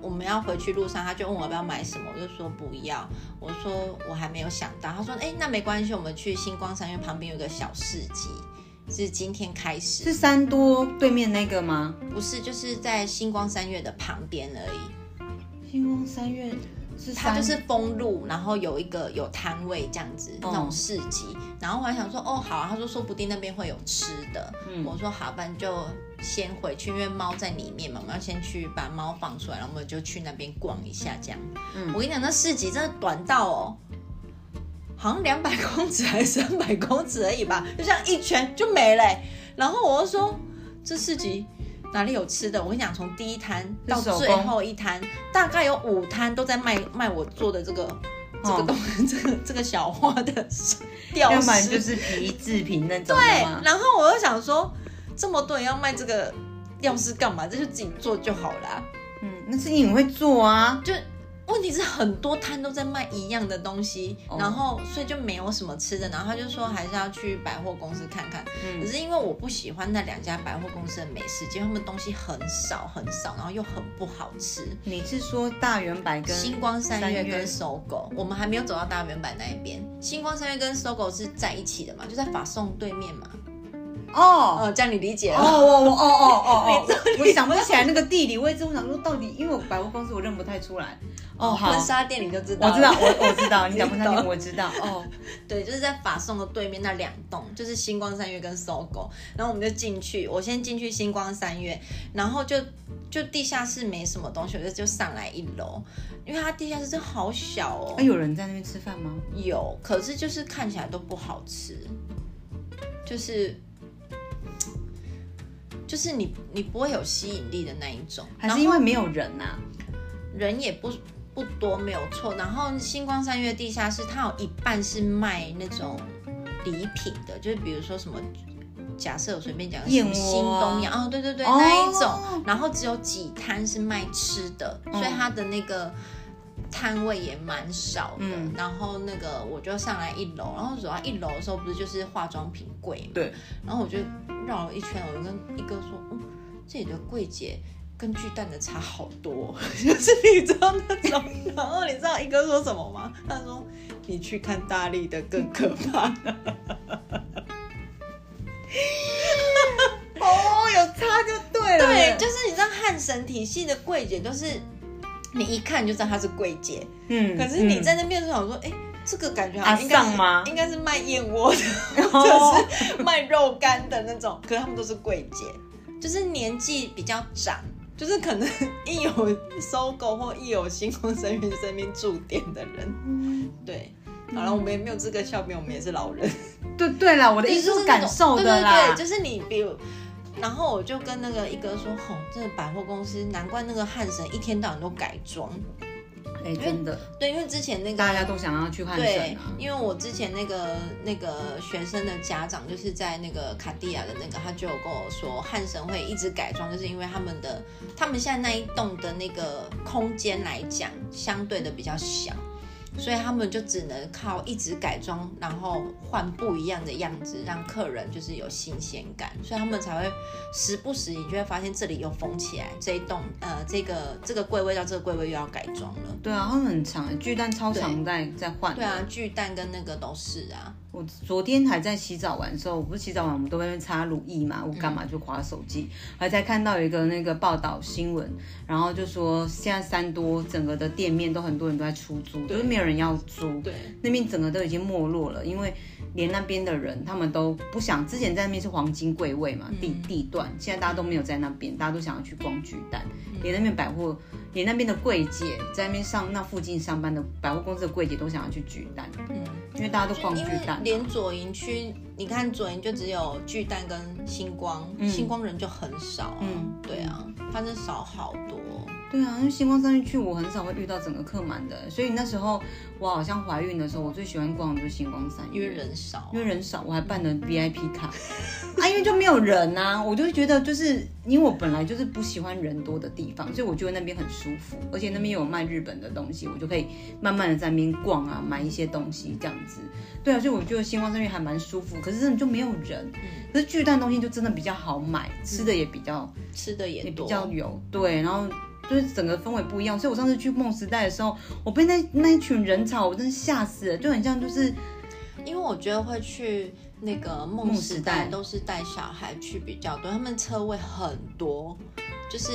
Speaker 2: 我们要回去路上，他就问我要不要买什么，我就说不要。我说我还没有想到。他说：“哎、那没关系，我们去星光三月旁边有个小市集，是今天开始
Speaker 1: 是三多对面那个吗？
Speaker 2: 不是，就是在星光三月的旁边而已。
Speaker 1: 星光三月是
Speaker 2: 它
Speaker 1: 三，
Speaker 2: 就是封路，然后有一个有摊位这样子、
Speaker 1: 哦
Speaker 2: 那种市集。
Speaker 1: 嗯
Speaker 2: 然后我还想说，哦，好、啊，他说说不定那边会有吃的。
Speaker 1: 嗯
Speaker 2: 我说好，不然就先回去，因为猫在里面嘛，我们要先去把猫放出来，然后我们就去那边逛一下这样。
Speaker 1: 嗯
Speaker 2: 我跟你讲，那市集真的短到哦。好像两百公尺还是三百公尺而已吧，就这样一圈就没了欸、然后我就说，这市集哪里有吃的？我跟你讲，从第一摊到
Speaker 1: 是手工
Speaker 2: 最后一摊，大概有五摊都在卖卖我做的这个这个
Speaker 1: 哦
Speaker 2: 东、这个这个小花的吊
Speaker 1: 要不然
Speaker 2: 饰。
Speaker 1: 就是皮制品那种
Speaker 2: 对
Speaker 1: 的吗？，
Speaker 2: 然后我又想说，这么多人要卖这个吊饰干嘛？这就自己做就好啦。
Speaker 1: 嗯，那是你很会做啊。
Speaker 2: 就问题是很多摊都在卖一样的东西，
Speaker 1: 哦
Speaker 2: 然后所以就没有什么吃的，然后他就说还是要去百货公司看看。可
Speaker 1: 嗯，
Speaker 2: 是因为我不喜欢那两家百货公司的美食街，他们东西很少很少，然后又很不好吃。
Speaker 1: 你是说大圆白跟
Speaker 2: 星光三月
Speaker 1: 三月
Speaker 2: 跟搜狗，我们还没有走到大圆板那一边。星光三月跟搜狗是在一起的嘛，就在法送对面嘛。
Speaker 1: 哦
Speaker 2: 哦，这样你理解
Speaker 1: 哦，
Speaker 2: 了。
Speaker 1: 我我哦哦 哦哦，我想不起来那个地理位置，我想说到底，因为我百货公司我认不太出来。哦，好，
Speaker 2: 婚纱店你就知道
Speaker 1: 我
Speaker 2: 了，
Speaker 1: 知道，我我知道，你讲婚纱
Speaker 2: 你
Speaker 1: 店
Speaker 2: 懂
Speaker 1: 我知道。哦，
Speaker 2: 对，就是在法颂的对面那两栋，就是星光三月跟搜狗。然后我们就进去，我先进去星光三月，然后就就地下室没什么东西，我就就上来一楼，因为它地下室真的好小哦。
Speaker 1: 哎，有人在那边吃饭吗？
Speaker 2: 有，可是就是看起来都不好吃，就是就是你你不会有吸引力的那一种，
Speaker 1: 还是因为没有人啊呐？
Speaker 2: 人也不不多，没有错。然后星光三月地下室，它有一半是卖那种礼品的，就是比如说什么，假设我随便讲个
Speaker 1: 燕
Speaker 2: 什么新
Speaker 1: 窝啊
Speaker 2: 东阳，哦，对对对，
Speaker 1: 哦
Speaker 2: 那一种。然后只有几摊是卖吃的，
Speaker 1: 嗯
Speaker 2: 所以它的那个。摊位也蛮少的，
Speaker 1: 嗯
Speaker 2: 然后那个我就上来一楼，然后走到一楼的时候，不是就是化妆品柜嘛，
Speaker 1: 对，
Speaker 2: 然后我就绕了一圈，我就跟一哥说，嗯，这里的柜姐跟巨蛋的差好多， 就是你知道那种， 然后你知道一哥说什么吗？他说你去看大力的更可怕，
Speaker 1: 哦，有差就对了。
Speaker 2: 对，就是你知道汉神体系的柜姐都是你一看就知道她是柜姐，
Speaker 1: 嗯
Speaker 2: 可是你在那边的时候想说，哎、这个感觉好像应该
Speaker 1: 阿
Speaker 2: 是
Speaker 1: 丧吗
Speaker 2: 应该是卖燕窝的，或
Speaker 1: 哦
Speaker 2: 者是卖肉干的那种，可是他们都是柜姐，就是年纪比较长。就是可能 一有搜狗或一有星光三月身边驻点的人，对，好了，我们也没有资格笑别人，我们也是老人。
Speaker 1: 对对啦，我的
Speaker 2: 对
Speaker 1: 艺
Speaker 2: 就
Speaker 1: 术
Speaker 2: 是那
Speaker 1: 感
Speaker 2: 种
Speaker 1: 受的啦
Speaker 2: 对对对，，就是你比如。然后我就跟那个一哥说，吼、这百货公司难怪那个汉神一天到晚都改装。
Speaker 1: 哎，真的，
Speaker 2: 对，因为之前那
Speaker 1: 大家
Speaker 2: 个
Speaker 1: 都想要去汉
Speaker 2: 对
Speaker 1: 神啊，，
Speaker 2: 因为我之前那个那个学生的家长就是在那个卡地亚的那个，他就有跟我说，汉神会一直改装，就是因为他们的他们现在那一栋的那个空间来讲，相对的比较小。所以他们就只能靠一直改装，然后换不一样的样子，让客人就是有新鲜感，所以他们才会时不时你就会发现这里又封起来，这一栋呃这个这个柜位到这个柜位又要改装了。
Speaker 1: 对啊，他们很长，巨蛋超长在在换。
Speaker 2: 对啊，巨蛋跟那个都是啊，
Speaker 1: 我昨天还在洗澡玩的时候，我不是洗澡完，我们都会擦乳液嘛，我
Speaker 2: 嗯
Speaker 1: 干嘛就划手机，还在看到有一个那个报道新闻，然后就说现在三多整个的店面都很多人都在出租，就是没有人要租，
Speaker 2: 对，
Speaker 1: 那边整个都已经没落了，因为连那边的人他们都不想，之前在那边是黄金贵位嘛，地
Speaker 2: 嗯
Speaker 1: 地段，现在大家都没有在那边，大家都想要去逛巨蛋，
Speaker 2: 嗯
Speaker 1: 连那边百货，连那边的柜姐在那边上那附近上班的百货公司的柜姐都想要去巨蛋，
Speaker 2: 嗯，
Speaker 1: 因为大家都逛巨
Speaker 2: 因为
Speaker 1: 蛋啊。
Speaker 2: 连左营区，你看左营就只有巨蛋跟星光，星光人就很少、啊，
Speaker 1: 嗯
Speaker 2: 对啊，他是少好多哦，
Speaker 1: 对啊，因为星光三月去，我很少会遇到整个客满的，所以那时候我好像怀孕的时候，我最喜欢逛的就是星光三月，
Speaker 2: 因为人少啊、
Speaker 1: 因为人少，我还办了 VIP 卡， 啊，因为就没有人啊，我就会觉得就是因为我本来就是不喜欢人多的地方，所以我觉得那边很舒服，而且那边有卖日本的东西，我就可以慢慢的在那边逛啊，买一些东西这样子。对啊，所以我觉得星光三月还蛮舒服，可是真的就没有人，可是巨蛋东西就真的比较好买，吃的也比较。
Speaker 2: 吃的也多，
Speaker 1: 比较有对，然后就是整个氛围不一样。所以我上次去梦时代的时候，我被那那一群人吵，我真的吓死了，就很像就是
Speaker 2: 因为我觉得会去那个梦
Speaker 1: 梦时
Speaker 2: 时代
Speaker 1: 代
Speaker 2: 都是带小孩去比较多，他们车位很多，就是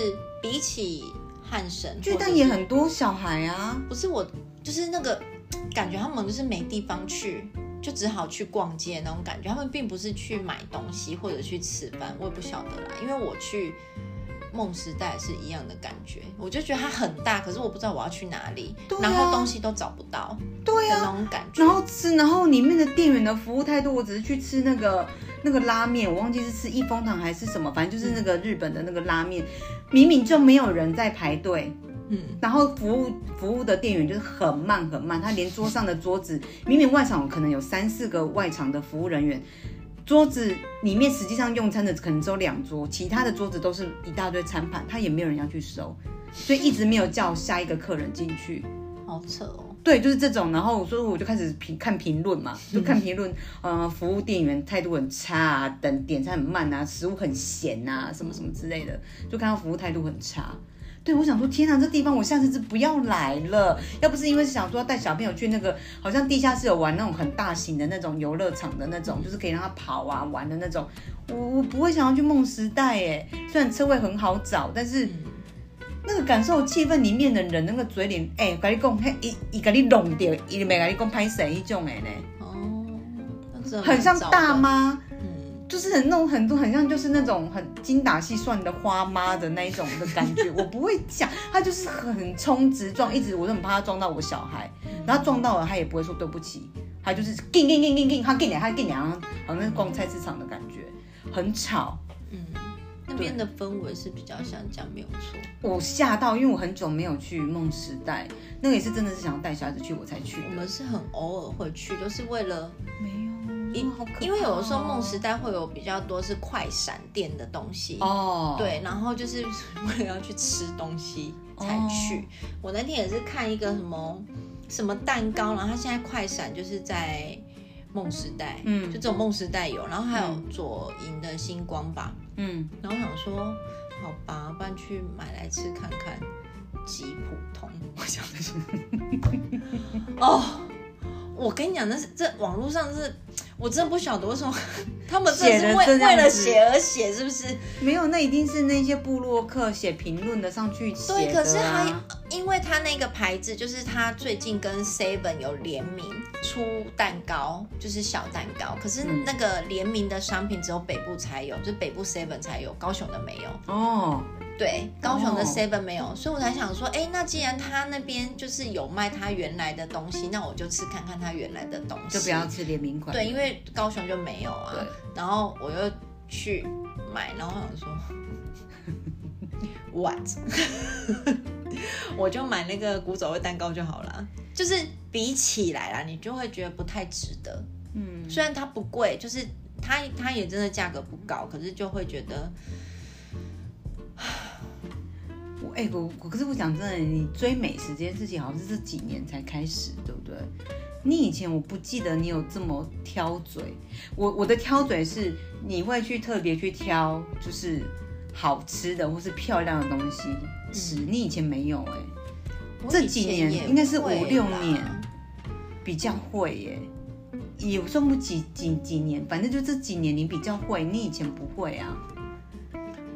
Speaker 2: 比起汉神
Speaker 1: 巨
Speaker 2: 或者
Speaker 1: 蛋
Speaker 2: 是
Speaker 1: 也很多小孩啊，
Speaker 2: 不是我，就是那个感觉，他们就是没地方去，就只好去逛街那种感觉。他们并不是去买东西或者去吃饭，我也不晓得啦。因为我去梦时代是一样的感觉，我就觉得它很大，可是我不知道我要去哪里，
Speaker 1: 对啊
Speaker 2: 然后东西都找不到，
Speaker 1: 对
Speaker 2: 的
Speaker 1: 啊。
Speaker 2: 那种感觉
Speaker 1: 然。后吃，然后里面的店员的服务态度，我只是去吃那个那个拉面，我忘记是吃一风堂还是什么，反正就是那个日本的那个拉面，明明就没有人在排队，
Speaker 2: 嗯，
Speaker 1: 然后服务服务的店员就是很慢很慢，他连桌上的桌子，明明外场可能有三四个外场的服务人员，桌子里面实际上用餐的可能只有两桌，其他的桌子都是一大堆餐盘，他也没有人要去收，所以一直没有叫下一个客人进去。
Speaker 2: 好扯哦。
Speaker 1: 对，就是这种。然后所以我就开始评看评论嘛，就看评论，呃，服务店员态度很差啊，等点餐很慢啊，食物很咸啊，什么什么之类的，就看到服务态度很差。对，我想说，天哪，这地方我下次就不要来了。要不是因为想说要带小朋友去那个，好像地下室有玩那种很大型的那种游乐场的那种，就是可以让他跑啊玩的那种，我我不会想要去梦时代哎。虽然车位很好找，但是。
Speaker 2: 嗯
Speaker 1: 那个感受气氛里面的人，那个嘴脸，哎、我跟你讲，嘿，一一给你弄掉，一没跟你讲拍谁一种哎呢，
Speaker 2: 哦，那真的
Speaker 1: 很像
Speaker 2: 糟的
Speaker 1: 大。妈，
Speaker 2: 嗯，
Speaker 1: 就是很那种很多很像就是那种很精打细算的花妈的那一种的感 觉。我不会讲，她就是很冲直撞，一直我都很怕她撞到我小孩，然后撞到了她也不会说对不起，她就是进进进进进，她进来她进来，好像好像是逛菜市场的感觉，很吵。
Speaker 2: 嗯那边的氛围是比较像这样，没有错。
Speaker 1: 我吓到，因为我很久没有去梦时代，那个也是真的是想要带小孩子去我才去的
Speaker 2: 我。们是很偶尔会去，都是为了
Speaker 1: 没有，因好可怕哦
Speaker 2: 因为有的时候梦时代会有比较多是快闪店的东西，
Speaker 1: 哦，，
Speaker 2: 对，然后就是 为了要去吃东西才去。
Speaker 1: 哦
Speaker 2: 我那天也是看一个什么什么蛋糕，然后它现在快闪就是在梦时代，
Speaker 1: 嗯
Speaker 2: 就只有梦时代有，然后还有左营的星光吧。
Speaker 1: 嗯，
Speaker 2: 然后我想说，好吧，不然去买来吃看看，极普通。我想说，哦，我跟你讲，那是这网络上是，我真的不晓得为什么他们真
Speaker 1: 写
Speaker 2: 的
Speaker 1: 得
Speaker 2: 是为
Speaker 1: 这样
Speaker 2: 为
Speaker 1: 子
Speaker 2: 了写而写，是不是？
Speaker 1: 没有，那一定是那些部落客写评论的上去写的、啊。
Speaker 2: 对，可是还因为它那个牌子，就是它最近跟 Seven 有联名出蛋糕，就是小蛋糕。可是
Speaker 1: 嗯
Speaker 2: 那个联名的商品只有北部才有，就是北部 Seven 才有，高雄的没有。
Speaker 1: 哦，
Speaker 2: 对，高雄的
Speaker 1: 哦
Speaker 2: Seven 没有，所以我才想说，哎，那既然他那边就是有卖他原来的东西，那我就吃看看他原来的东西。
Speaker 1: 就不要吃联名款。
Speaker 2: 对，因为高雄就没有啊。
Speaker 1: 对
Speaker 2: 然后我又去买，然后我想说 ，what？我 就买那个古早味蛋糕就好了。就是比起来啦，你就会觉得不太值得。
Speaker 1: 嗯，
Speaker 2: 虽然它不贵，就是它它也真的价格不高，可是就会觉得
Speaker 1: 我哎、我我可是我讲真的，你追美食这件事情好像是这几年才开始，对不对？你以前我不记得你有这么挑嘴，我我的挑嘴是你会去特别去挑，就是好吃的或是漂亮的东西吃，
Speaker 2: 嗯
Speaker 1: 你以前没有哎、
Speaker 2: 我
Speaker 1: 这
Speaker 2: 以
Speaker 1: 几
Speaker 2: 前
Speaker 1: 年
Speaker 2: 也
Speaker 1: 应该是
Speaker 2: 会
Speaker 1: 五六
Speaker 2: 啦
Speaker 1: 年比较会耶、也算不几几几年，反正就这几年你比较会，你以前不会啊。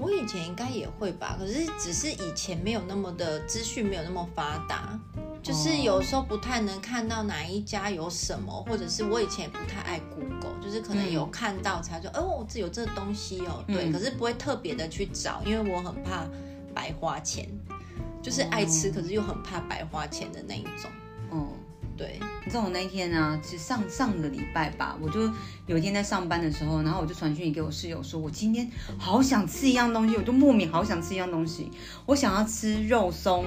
Speaker 2: 我以前应该也会吧，可是只是以前没有那么的资讯没有那么发达，
Speaker 1: 哦
Speaker 2: 就是有时候不太能看到哪一家有什么，或者是我以前也不太爱 Google，就是可能有看到才说，哦，这有这东西哦，对，
Speaker 1: 嗯
Speaker 2: 可是不会特别的去找，因为我很怕白花钱，就是爱吃，
Speaker 1: 哦
Speaker 2: 可是又很怕白花钱的那一种，
Speaker 1: 哦、
Speaker 2: 对，
Speaker 1: 你知道我那一天啊，其实上上个礼拜吧，我就有一天在上班的时候，然后我就传讯息给我室友说，我今天好想吃一样东西，我就莫名好想吃一样东西，我想要吃肉松，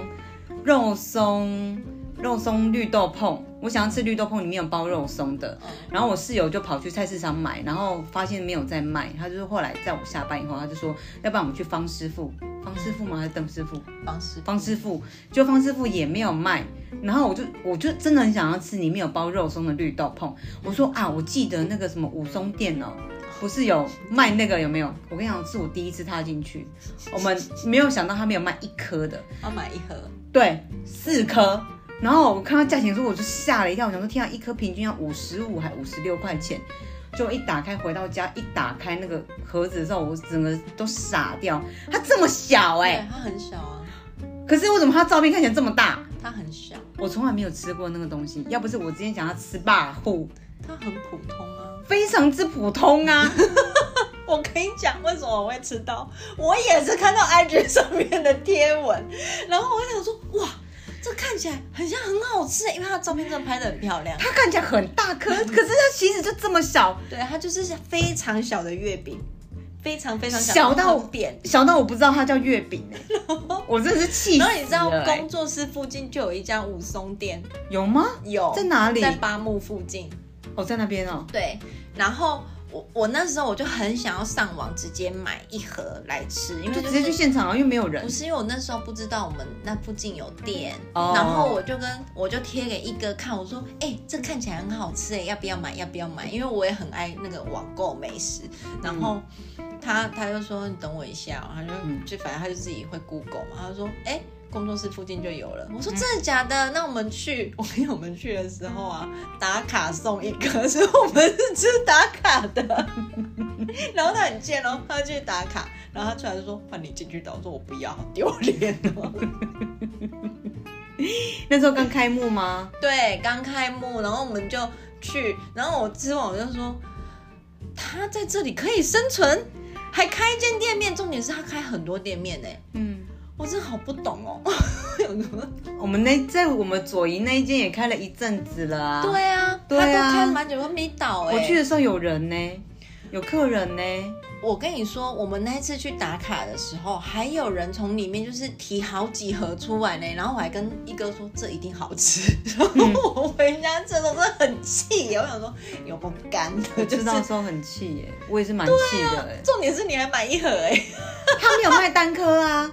Speaker 1: 肉松，肉松绿豆椪，我想要吃绿豆椪里面有包肉松的。然后我室友就跑去菜市场买，然后发现没有在卖，他就是后来在我下班以后，他就说，要不然我们去方师傅，方师傅吗？还是邓师傅？
Speaker 2: 方式
Speaker 1: 方师傅，就方师傅也没有卖。然后我就我就真的很想要吃里面有包肉松的绿豆椪。我说啊，我记得那个什么武松店哦，不是有卖那个有没有？我跟你讲，是我第一次踏进去，我们没有想到他没有卖一颗的，
Speaker 2: 要买一盒，
Speaker 1: 对，四颗。然后我看到价钱的时候，我就吓了一跳，我想说天啊，一颗平均要五十五还五十六块钱。就一打开回到家，一打开那个盒子的时候，我整个都傻掉。它这么小哎、
Speaker 2: 对，它很小啊，
Speaker 1: 可是为什么它照片看起来这么大？
Speaker 2: 它很小，
Speaker 1: 我从来没有吃过那个东西，要不是我之前讲它吃霸户，
Speaker 2: 它很普通啊。
Speaker 1: 非常之普通啊。
Speaker 2: 我跟你讲，为什么我会吃到？我也是看到 IG 上面的贴文，然后我想说，哇，这看起来很像很好吃，因为它的照片真的拍得很漂亮。
Speaker 1: 它看起来很大 颗，可是它其实就这么小，
Speaker 2: 对，它就是非常小的月饼，非常非常
Speaker 1: 小到
Speaker 2: 很扁。
Speaker 1: 小到我不知道它叫月 饼哎、我真的是气死
Speaker 2: 然
Speaker 1: 了、
Speaker 2: 后你知道
Speaker 1: 哎
Speaker 2: 工作室附近就有一家武松店，
Speaker 1: 有吗？
Speaker 2: 有
Speaker 1: 在哪里？
Speaker 2: 在八木附近。
Speaker 1: 哦，在那边哦。
Speaker 2: 对，然后我我那时候我就很想要上网直接买一盒来吃，因为
Speaker 1: 就直
Speaker 2: 就是
Speaker 1: 接去现场啊，又没有人
Speaker 2: 不。是因为我那时候不知道我们那附近有店，
Speaker 1: 哦
Speaker 2: 然后我就跟我就贴给一哥看，我说：“哎、这看起来很好吃哎，要不要买？要不要买？”因为我也很爱那个网购美食。然后他他就说：“你等我一下哦、他就、
Speaker 1: 嗯
Speaker 2: 就反正他就自己会 Google 嘛，他就说：“哎、工作室附近就有了。”我说：“真的假的？那我们去。”我跟我们去的时候
Speaker 1: 嗯
Speaker 2: 啊，打卡送一个，所以我们是吃打卡的。 然后他很贱哦，他就去打卡，然后他出来就说换你进去打，我说我不要，好丢脸哦。
Speaker 1: 那时候刚开幕吗？
Speaker 2: 对，刚开幕，然后我们就去，然后我吃完我就说，他在这里可以生存，还开一间店面，重点是他开很多店面呢，
Speaker 1: 嗯，
Speaker 2: 我真的好不懂哦。
Speaker 1: 我们那在我们左营那一间也开了一阵子了啊。，
Speaker 2: 对啊，
Speaker 1: 对啊
Speaker 2: 他都开蛮久都没倒哎。
Speaker 1: 我去的时候有人呢、有客人呢、
Speaker 2: 我跟你说，我们那一次去打卡的时候，还有人从里面就是提好几盒出来呢，然后我还跟一哥说这一定好吃，然
Speaker 1: 嗯
Speaker 2: 后 我回家吃的时候真的很气耶，我想说有不甘的，
Speaker 1: 我
Speaker 2: 就
Speaker 1: 知
Speaker 2: 是啊
Speaker 1: 道的时候很气耶、我也是蛮气的哎、
Speaker 2: 重点是你还买一盒哎，
Speaker 1: 他没有卖单颗啊。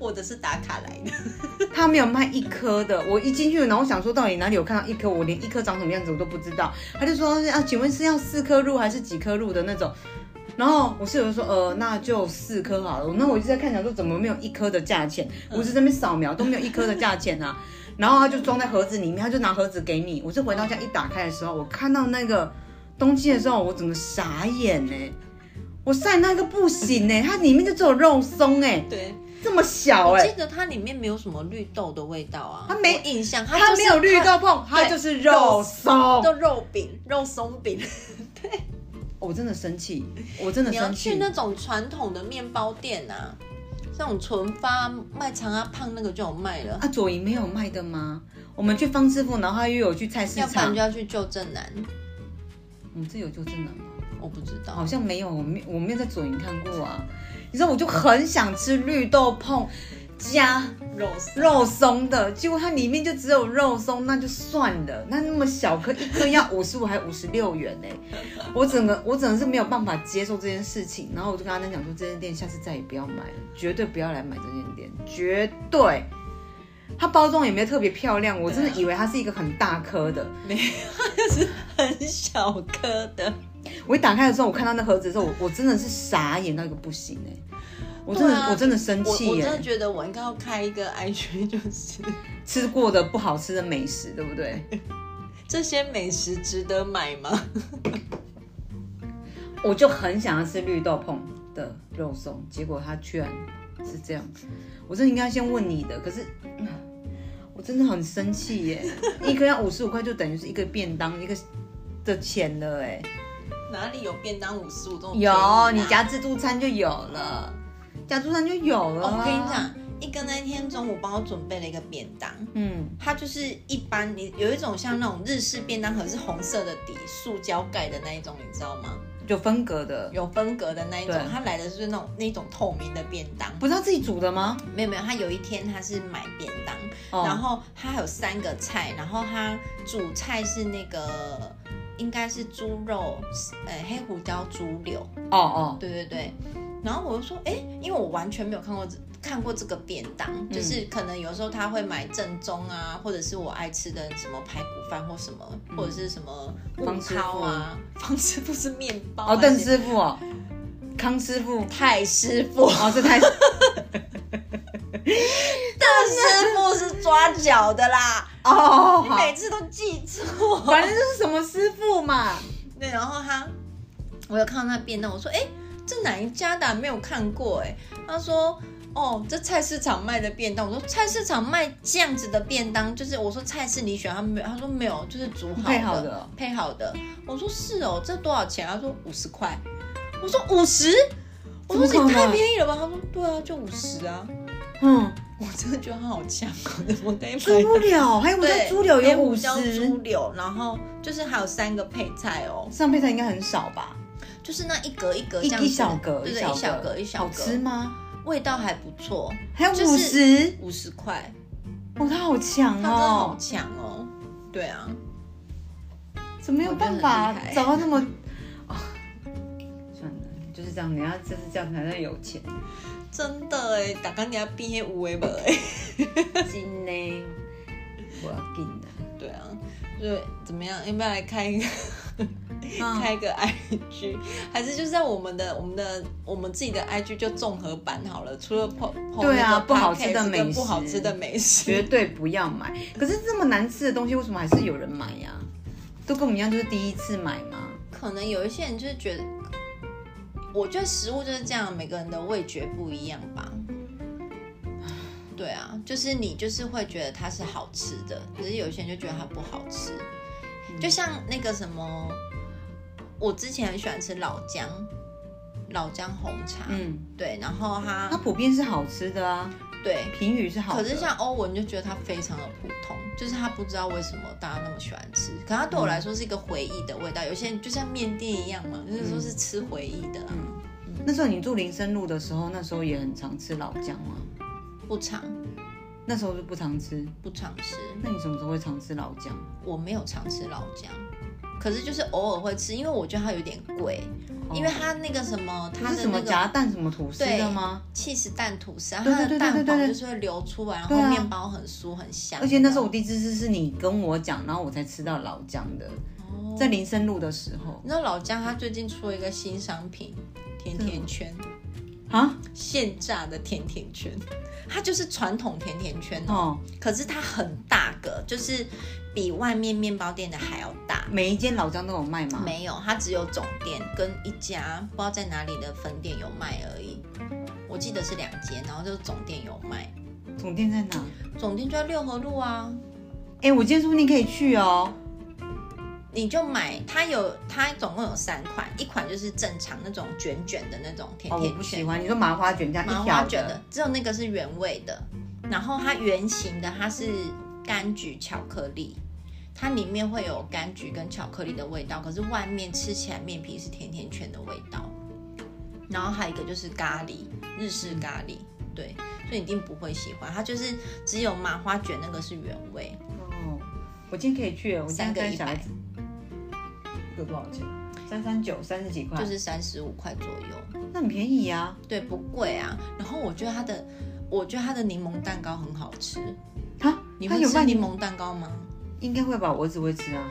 Speaker 2: 我的是打卡 来的，
Speaker 1: 他没有卖一颗的，我一进去，然后我想说到底哪里有看到一颗，我连一颗长什么样子我都不知道。他就说啊，请问是要四颗入还是几颗入的那种？然后我室友就说，呃，那就四颗好了。那我一直在看，想说怎么没有一颗的价钱？我是这边扫描都没有一颗的价钱啊。 然后他就装在盒子里面，他就拿盒子给你。我是回到家一打开的时候，我看到那个东西的时候，我整个欸傻眼呢、我晒那个不行呢、它里面就只有肉松哎、
Speaker 2: 对，
Speaker 1: 这么小
Speaker 2: 我
Speaker 1: 哎、
Speaker 2: 记得它里面没有什么绿豆的味道啊，
Speaker 1: 它没
Speaker 2: 我印象，它
Speaker 1: 它
Speaker 2: 就是
Speaker 1: 没有绿豆碰，它
Speaker 2: 对
Speaker 1: 就是肉松。哦
Speaker 2: 都肉饼、肉松饼。
Speaker 1: 我真的生气，我真的
Speaker 2: 你要
Speaker 1: 生
Speaker 2: 去
Speaker 1: 气。
Speaker 2: 那种传统的面包店啊，那种纯发卖长阿胖那个就有卖了，
Speaker 1: 啊，左营没有卖的吗？我们去方师傅，然后他又有去菜市
Speaker 2: 要不然
Speaker 1: 场
Speaker 2: 就。要去旧正南。
Speaker 1: 我们这有就正南吗？
Speaker 2: 我不知道
Speaker 1: 好，像没有，我没我没有在左营看过啊。你知道，我就很想吃绿豆碰加
Speaker 2: 肉
Speaker 1: 肉松的，结果它里面就只有肉松，那就算了。那那么小颗，一颗要五十五还五十六元呢、我整个我整个是没有办法接受这件事情。然后我就跟阿丹讲说，这间店下次再也不要买了，绝对不要来买这间店，绝对。它包装也没有特别漂亮，我真的以为它是一个很大颗的。
Speaker 2: 很小颗的，
Speaker 1: 我一打开的时候，我看到那盒子的时候，我我真的是傻眼到一个不行哎、我真的、
Speaker 2: 对啊
Speaker 1: 我真的生
Speaker 2: 我
Speaker 1: 气
Speaker 2: 我
Speaker 1: 耶、
Speaker 2: 真的觉得我应该要开一个 IG，就是
Speaker 1: 吃过的不好吃的美食，对不对？
Speaker 2: 这些美食值得买吗？
Speaker 1: 我就很想要吃绿豆碰的肉松，结果它居然是这样。我真的应该先问你的，可是、嗯我真的很生气 耶！一颗要五十五块，就等于是一个便当一个的钱了哎。
Speaker 2: 哪里有便当五十五这种便宜啊
Speaker 1: 有，你家自助餐就有了，家自助餐就有了、
Speaker 2: 哦我跟你，讲，一哥那天中午帮我准备了一个便当，
Speaker 1: 嗯，
Speaker 2: 它就是一般你有一种像那种日式便当盒是红色的底，塑胶盖的那一种，你知道吗？
Speaker 1: 有分隔的，
Speaker 2: 有分隔的那一种
Speaker 1: 对，
Speaker 2: 它来的是那种那种透明的便当。
Speaker 1: 不是他自己煮的吗？
Speaker 2: 没有没有，他有一天他是买便当，
Speaker 1: 哦
Speaker 2: 然后他还有三个菜，然后他主菜是那个应该是猪肉，呃黑胡椒猪柳，
Speaker 1: 哦哦，
Speaker 2: 对对对。然后我就说，哎，因为我完全没有看过这看过这个便当，
Speaker 1: 嗯
Speaker 2: 就是可能有时候他会买正宗啊，或者是我爱吃的什么排骨饭或什么，或者是什么雾
Speaker 1: 嗯方师
Speaker 2: 涛啊， 方师傅是面包还
Speaker 1: 哦，
Speaker 2: 是，
Speaker 1: 邓师傅哦，康师傅，
Speaker 2: 太师傅，
Speaker 1: 哦，这太哦
Speaker 2: 师傅是抓脚的啦，
Speaker 1: 哦好，
Speaker 2: 你每次都记错。
Speaker 1: 反正就是什么师傅嘛。
Speaker 2: 对，然后他，我有看到那便当，我说，哎、这哪一家的啊、没有看过、诶哎，他说，哦，这菜市场卖的便当。我说菜市场卖这样子的便当，就是我说菜市你选，他没有，他说没有，就是煮好的，
Speaker 1: 配好的哦
Speaker 2: 配好的。我说是哦，这多少钱？他说五十块。我说五十。我说
Speaker 1: 怎么可
Speaker 2: 你
Speaker 1: 能
Speaker 2: 太便宜了吧？他说对啊，就五十啊。
Speaker 1: 嗯，
Speaker 2: 我真的觉得他好强哦，怎么可以买到
Speaker 1: 猪柳，还有我
Speaker 2: 对，哎
Speaker 1: 猪柳也
Speaker 2: 黑胡
Speaker 1: 五
Speaker 2: 椒猪
Speaker 1: 十，
Speaker 2: 柳，然后就是还有三个配菜哦，
Speaker 1: 上配菜应该很少吧？
Speaker 2: 就是那一格一格
Speaker 1: 一
Speaker 2: 这样子
Speaker 1: 一小格，
Speaker 2: 对对，一小格一小
Speaker 1: 好吃
Speaker 2: 格，
Speaker 1: 吗？
Speaker 2: 味道还不错，
Speaker 1: 还有
Speaker 2: 就
Speaker 1: 五
Speaker 2: 是
Speaker 1: 十，
Speaker 2: 五十块，
Speaker 1: 哦，他好强
Speaker 2: 它真的好
Speaker 1: 哦，
Speaker 2: 强哦，对啊，
Speaker 1: 怎么有办法
Speaker 2: 我觉得很厉害
Speaker 1: 找到那 么？啊算了，就是这样，人家就是这样才算有 钱。
Speaker 2: 真的哎，打刚你要变黑无为本哎，
Speaker 1: 真的，我要进的。
Speaker 2: 对啊，就是怎么样，要不要来开一个？
Speaker 1: 嗯
Speaker 2: 开一个 IG，还是就是在我们的我们的我们自己的 IG 就综合版好了，除了 po, po
Speaker 1: 对啊
Speaker 2: 那个
Speaker 1: 不好吃的
Speaker 2: podcast 跟
Speaker 1: 美食
Speaker 2: 不好吃的美食，
Speaker 1: 绝对不要买。可是这么难吃的东西，为什么还是有人买呀、都跟我们一样，就是第一次买嘛。
Speaker 2: 可能有一些人就是觉得，我觉得食物就是这样，每个人的味觉不一样吧。对啊，就是你就是会觉得它是好吃的，可是有些人就觉得它不好吃。就像那个什么，我之前很喜欢吃老姜，老姜红茶，
Speaker 1: 嗯，
Speaker 2: 对，然后
Speaker 1: 它
Speaker 2: 它
Speaker 1: 普遍是好吃的啊，
Speaker 2: 对，
Speaker 1: 评语是好
Speaker 2: 可
Speaker 1: 的。
Speaker 2: 是像欧文就觉得它非常的普通，就是他不知道为什么大家那么喜欢吃。可它对我来说是一个回忆的味道，有些人就像面店一样嘛，
Speaker 1: 嗯
Speaker 2: 就是说是吃回忆的啊啦，
Speaker 1: 那时候你住林森路的时候，那时候也很常吃老姜吗？
Speaker 2: 不常
Speaker 1: 那时候就不常吃，
Speaker 2: 不常吃。
Speaker 1: 那你什么时候会常吃老姜？
Speaker 2: 我没有常吃老姜，可是就是偶尔会吃，因为我觉得它有点贵，因为它那个什么，
Speaker 1: 它
Speaker 2: 它
Speaker 1: 是
Speaker 2: 的
Speaker 1: 什么
Speaker 2: 那
Speaker 1: 夹
Speaker 2: 个哎
Speaker 1: 蛋什么吐司的吗？
Speaker 2: 气死蛋吐司啊，
Speaker 1: 对
Speaker 2: 它的
Speaker 1: 对对对
Speaker 2: 蛋
Speaker 1: 对对
Speaker 2: 黄
Speaker 1: 对
Speaker 2: 就是会流出来，然
Speaker 1: 对
Speaker 2: 后
Speaker 1: 啊
Speaker 2: 面包很酥很香。
Speaker 1: 而且那时候我第一次吃是你跟我讲，然后我才吃到老姜的，
Speaker 2: 哦
Speaker 1: 在林森路的时候
Speaker 2: 你知道老姜他最近出了一个新商品甜甜圈。
Speaker 1: 嗯啊，
Speaker 2: 现榨的甜甜圈，它就是传统甜甜圈哦，
Speaker 1: 哦，
Speaker 2: 可是它很大个，就是比外面面包店的还要大。
Speaker 1: 每一间老姜都有卖吗？
Speaker 2: 没有，它只有总店跟一家不知道在哪里的分店有卖而已。我记得是两间，然后就是总店有卖，
Speaker 1: 总店在哪？
Speaker 2: 总店就在六合路啊，
Speaker 1: 哎，我今天说不定可以去哦。
Speaker 2: 你就买它有它总共有三款，一款就是正常那种卷卷的那种甜
Speaker 1: 哦，我
Speaker 2: 甜
Speaker 1: 不喜
Speaker 2: 圈，
Speaker 1: 欢。你说麻花卷这样
Speaker 2: 麻
Speaker 1: 一
Speaker 2: 花
Speaker 1: 条
Speaker 2: 卷的
Speaker 1: 的，，
Speaker 2: 只有那个是原味的，然后它圆形的它是柑橘巧克力。它里面会有柑橘跟巧克力的味道，可是外面吃起来面皮是甜甜圈的味道。然后还有一个就是咖喱，日式咖喱，对，所以你一定不会喜欢。它就是只有麻花卷那个是原味，
Speaker 1: 哦，我今天可以去，我今天
Speaker 2: 三个
Speaker 1: 跟
Speaker 2: 一
Speaker 1: 小孩
Speaker 2: 百
Speaker 1: 子，一个多少钱？三三九，三十几块，
Speaker 2: 就是三十五块左右。
Speaker 1: 那很便宜呀、
Speaker 2: 对，不贵啊。然后我觉得它的，我觉得它的柠檬蛋糕很好吃。
Speaker 1: 啊。啊，
Speaker 2: 你
Speaker 1: 它
Speaker 2: 会
Speaker 1: 有
Speaker 2: 吃
Speaker 1: 卖
Speaker 2: 柠檬蛋糕吗？
Speaker 1: 应该会吧，我儿子会吃啊。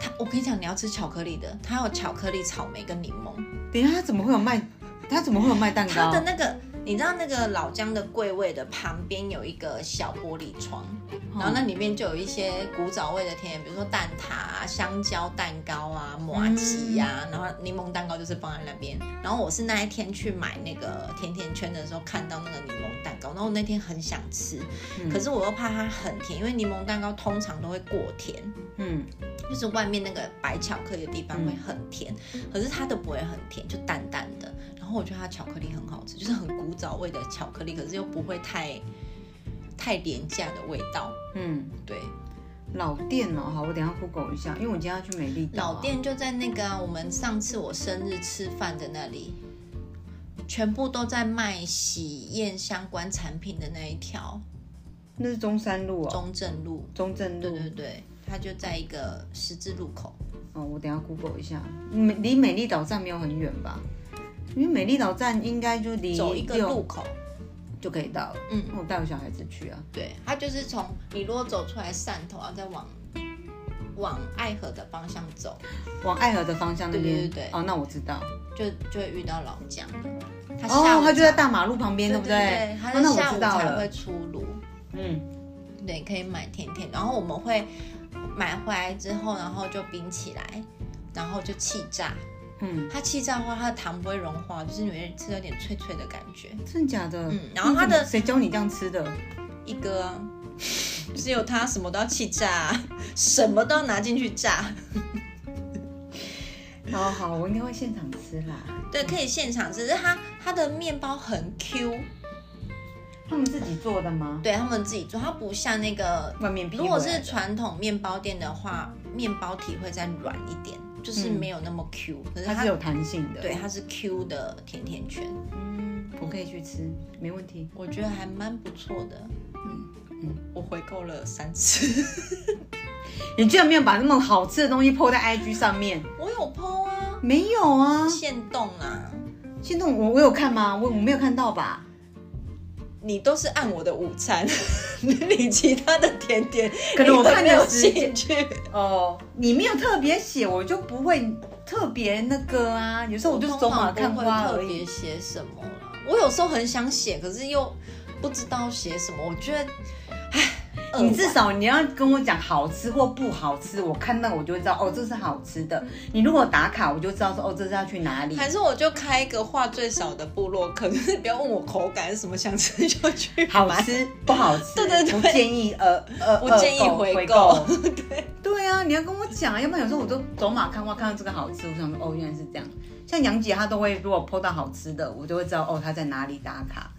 Speaker 2: 它，我跟你讲，你要吃巧克力的，它有巧克力、草莓跟柠檬。
Speaker 1: 等一下，他怎么会有卖？他怎么会有卖蛋
Speaker 2: 它
Speaker 1: 糕
Speaker 2: 的？那个，你知道那个老姜的柜位的旁边有一个小玻璃窗，
Speaker 1: 哦嗯
Speaker 2: 然后那里面就有一些古早味的甜点，比如说蛋挞啊、香蕉蛋糕啊、马吉呀，然后柠檬蛋糕就是放在那边。然后我是那一天去买那个甜甜圈的时候，看到那个柠檬蛋糕，然后我那天很想吃，
Speaker 1: 嗯
Speaker 2: 可是我又怕它很甜，因为柠檬蛋糕通常都会过甜，
Speaker 1: 嗯，
Speaker 2: 就是外面那个白巧克力的地方会很甜，可是它的不会很甜，就淡淡的。然后我觉得它巧克力很好吃，就是很古早味的巧克力，可是又不会太太廉价的味道。
Speaker 1: 嗯，
Speaker 2: 对，
Speaker 1: 老店哦，好，我等一下 Google 一下，因为我今天要去美丽岛、啊。
Speaker 2: 老，店就在那个啊、我们上次我生日吃饭的那里，全部都在卖喜宴相关产品的那一条
Speaker 1: 那是中山路哦，
Speaker 2: 中正路。
Speaker 1: 中正
Speaker 2: 对
Speaker 1: 路。
Speaker 2: 对对，它就在一个十字路口。
Speaker 1: 哦，我等一下 Google 一下，美离美丽岛站没有很远吧？因为美丽岛站应该就离
Speaker 2: 哦走一个
Speaker 1: 六
Speaker 2: 路口，
Speaker 1: 就可以到了。
Speaker 2: 嗯
Speaker 1: 那我带我小孩子去啊。
Speaker 2: 对，它就是从你如果走出来汕头，然啊后再往往爱河的方向走，
Speaker 1: 往哦爱河的方向那边。
Speaker 2: 对对对对
Speaker 1: 哦，那我知道。
Speaker 2: 就就会遇到老姜了。它下
Speaker 1: 哦，
Speaker 2: 午
Speaker 1: 他就在
Speaker 2: 才
Speaker 1: 大马路旁边，
Speaker 2: 对
Speaker 1: 不
Speaker 2: 对对，它
Speaker 1: 哦，
Speaker 2: 是
Speaker 1: 那
Speaker 2: 下
Speaker 1: 我
Speaker 2: 午
Speaker 1: 知道
Speaker 2: 才会
Speaker 1: 了。
Speaker 2: 出炉。
Speaker 1: 嗯，
Speaker 2: 对，可以买甜甜，然后我们会买回来之后，然后就冰起来，然后就气炸。
Speaker 1: 嗯，
Speaker 2: 它气炸的话，它的糖不会融化，就是你会吃到有点脆脆的感觉。
Speaker 1: 真的假的？
Speaker 2: 嗯然后它
Speaker 1: 那
Speaker 2: 的
Speaker 1: 怎么谁教你这样吃的？
Speaker 2: 一哥、 啊，只有他什么都要气炸、啊，什么都要拿进去炸。嗯
Speaker 1: 好好，我应该会现场吃啦。
Speaker 2: 对，可以现场吃，只是它它的面包很 Q，
Speaker 1: 他们自己做的吗？
Speaker 2: 对他们自己做，它不像那个，
Speaker 1: 外面批
Speaker 2: 如果
Speaker 1: 回来
Speaker 2: 是
Speaker 1: 的
Speaker 2: 传统面包店的话，面包体会再软一点，就是
Speaker 1: 嗯
Speaker 2: 没有那么 Q，、可是
Speaker 1: 它
Speaker 2: 它
Speaker 1: 是有弹性的。
Speaker 2: 对，它是 Q 的甜甜圈，
Speaker 1: 嗯，我可以去吃，没问题。
Speaker 2: 我觉得还蛮不错的。
Speaker 1: 嗯嗯
Speaker 2: 嗯，我回购了三次，
Speaker 1: 你居然没有把那么好吃的东西 PO 在 IG 上面？
Speaker 2: 我有 PO 啊，
Speaker 1: 没有啊，
Speaker 2: 现动啊，
Speaker 1: 心动我我有看吗？我我没有看到吧？
Speaker 2: 你都是按我的午餐， 你其他的甜点
Speaker 1: 可能我
Speaker 2: 你会
Speaker 1: 看
Speaker 2: 没
Speaker 1: 的
Speaker 2: 有
Speaker 1: 时
Speaker 2: 兴趣。
Speaker 1: 哦，你没有特别写，我就不会特别那个啊。有时候我就是走马看花
Speaker 2: 我通常不
Speaker 1: 而
Speaker 2: 会特别
Speaker 1: 已。
Speaker 2: 写什么啦。我有时候很想写，可是又不知道写什么。我觉得，唉，
Speaker 1: 你
Speaker 2: 自
Speaker 1: 至少你要跟我讲好吃或不好吃，我看到我就会知道哦，这是好吃的。你如果打卡，我就知道说哦，这是要去哪里。
Speaker 2: 还是我就开一个话最少的部落客，可是不要问我口感是什么，想吃就去
Speaker 1: 好
Speaker 2: 买。
Speaker 1: 吃不好吃，
Speaker 2: 对对对
Speaker 1: 不建议 呃呃，
Speaker 2: 不建议
Speaker 1: 呃
Speaker 2: 回
Speaker 1: 回
Speaker 2: 购
Speaker 1: 对对啊，你要跟我讲，要不然有时候我都走马看花，看到这个好吃，我想说哦，原来是这样。像杨姐她都会，如果 PO 到好吃的，我就会知道哦，她在哪里打卡。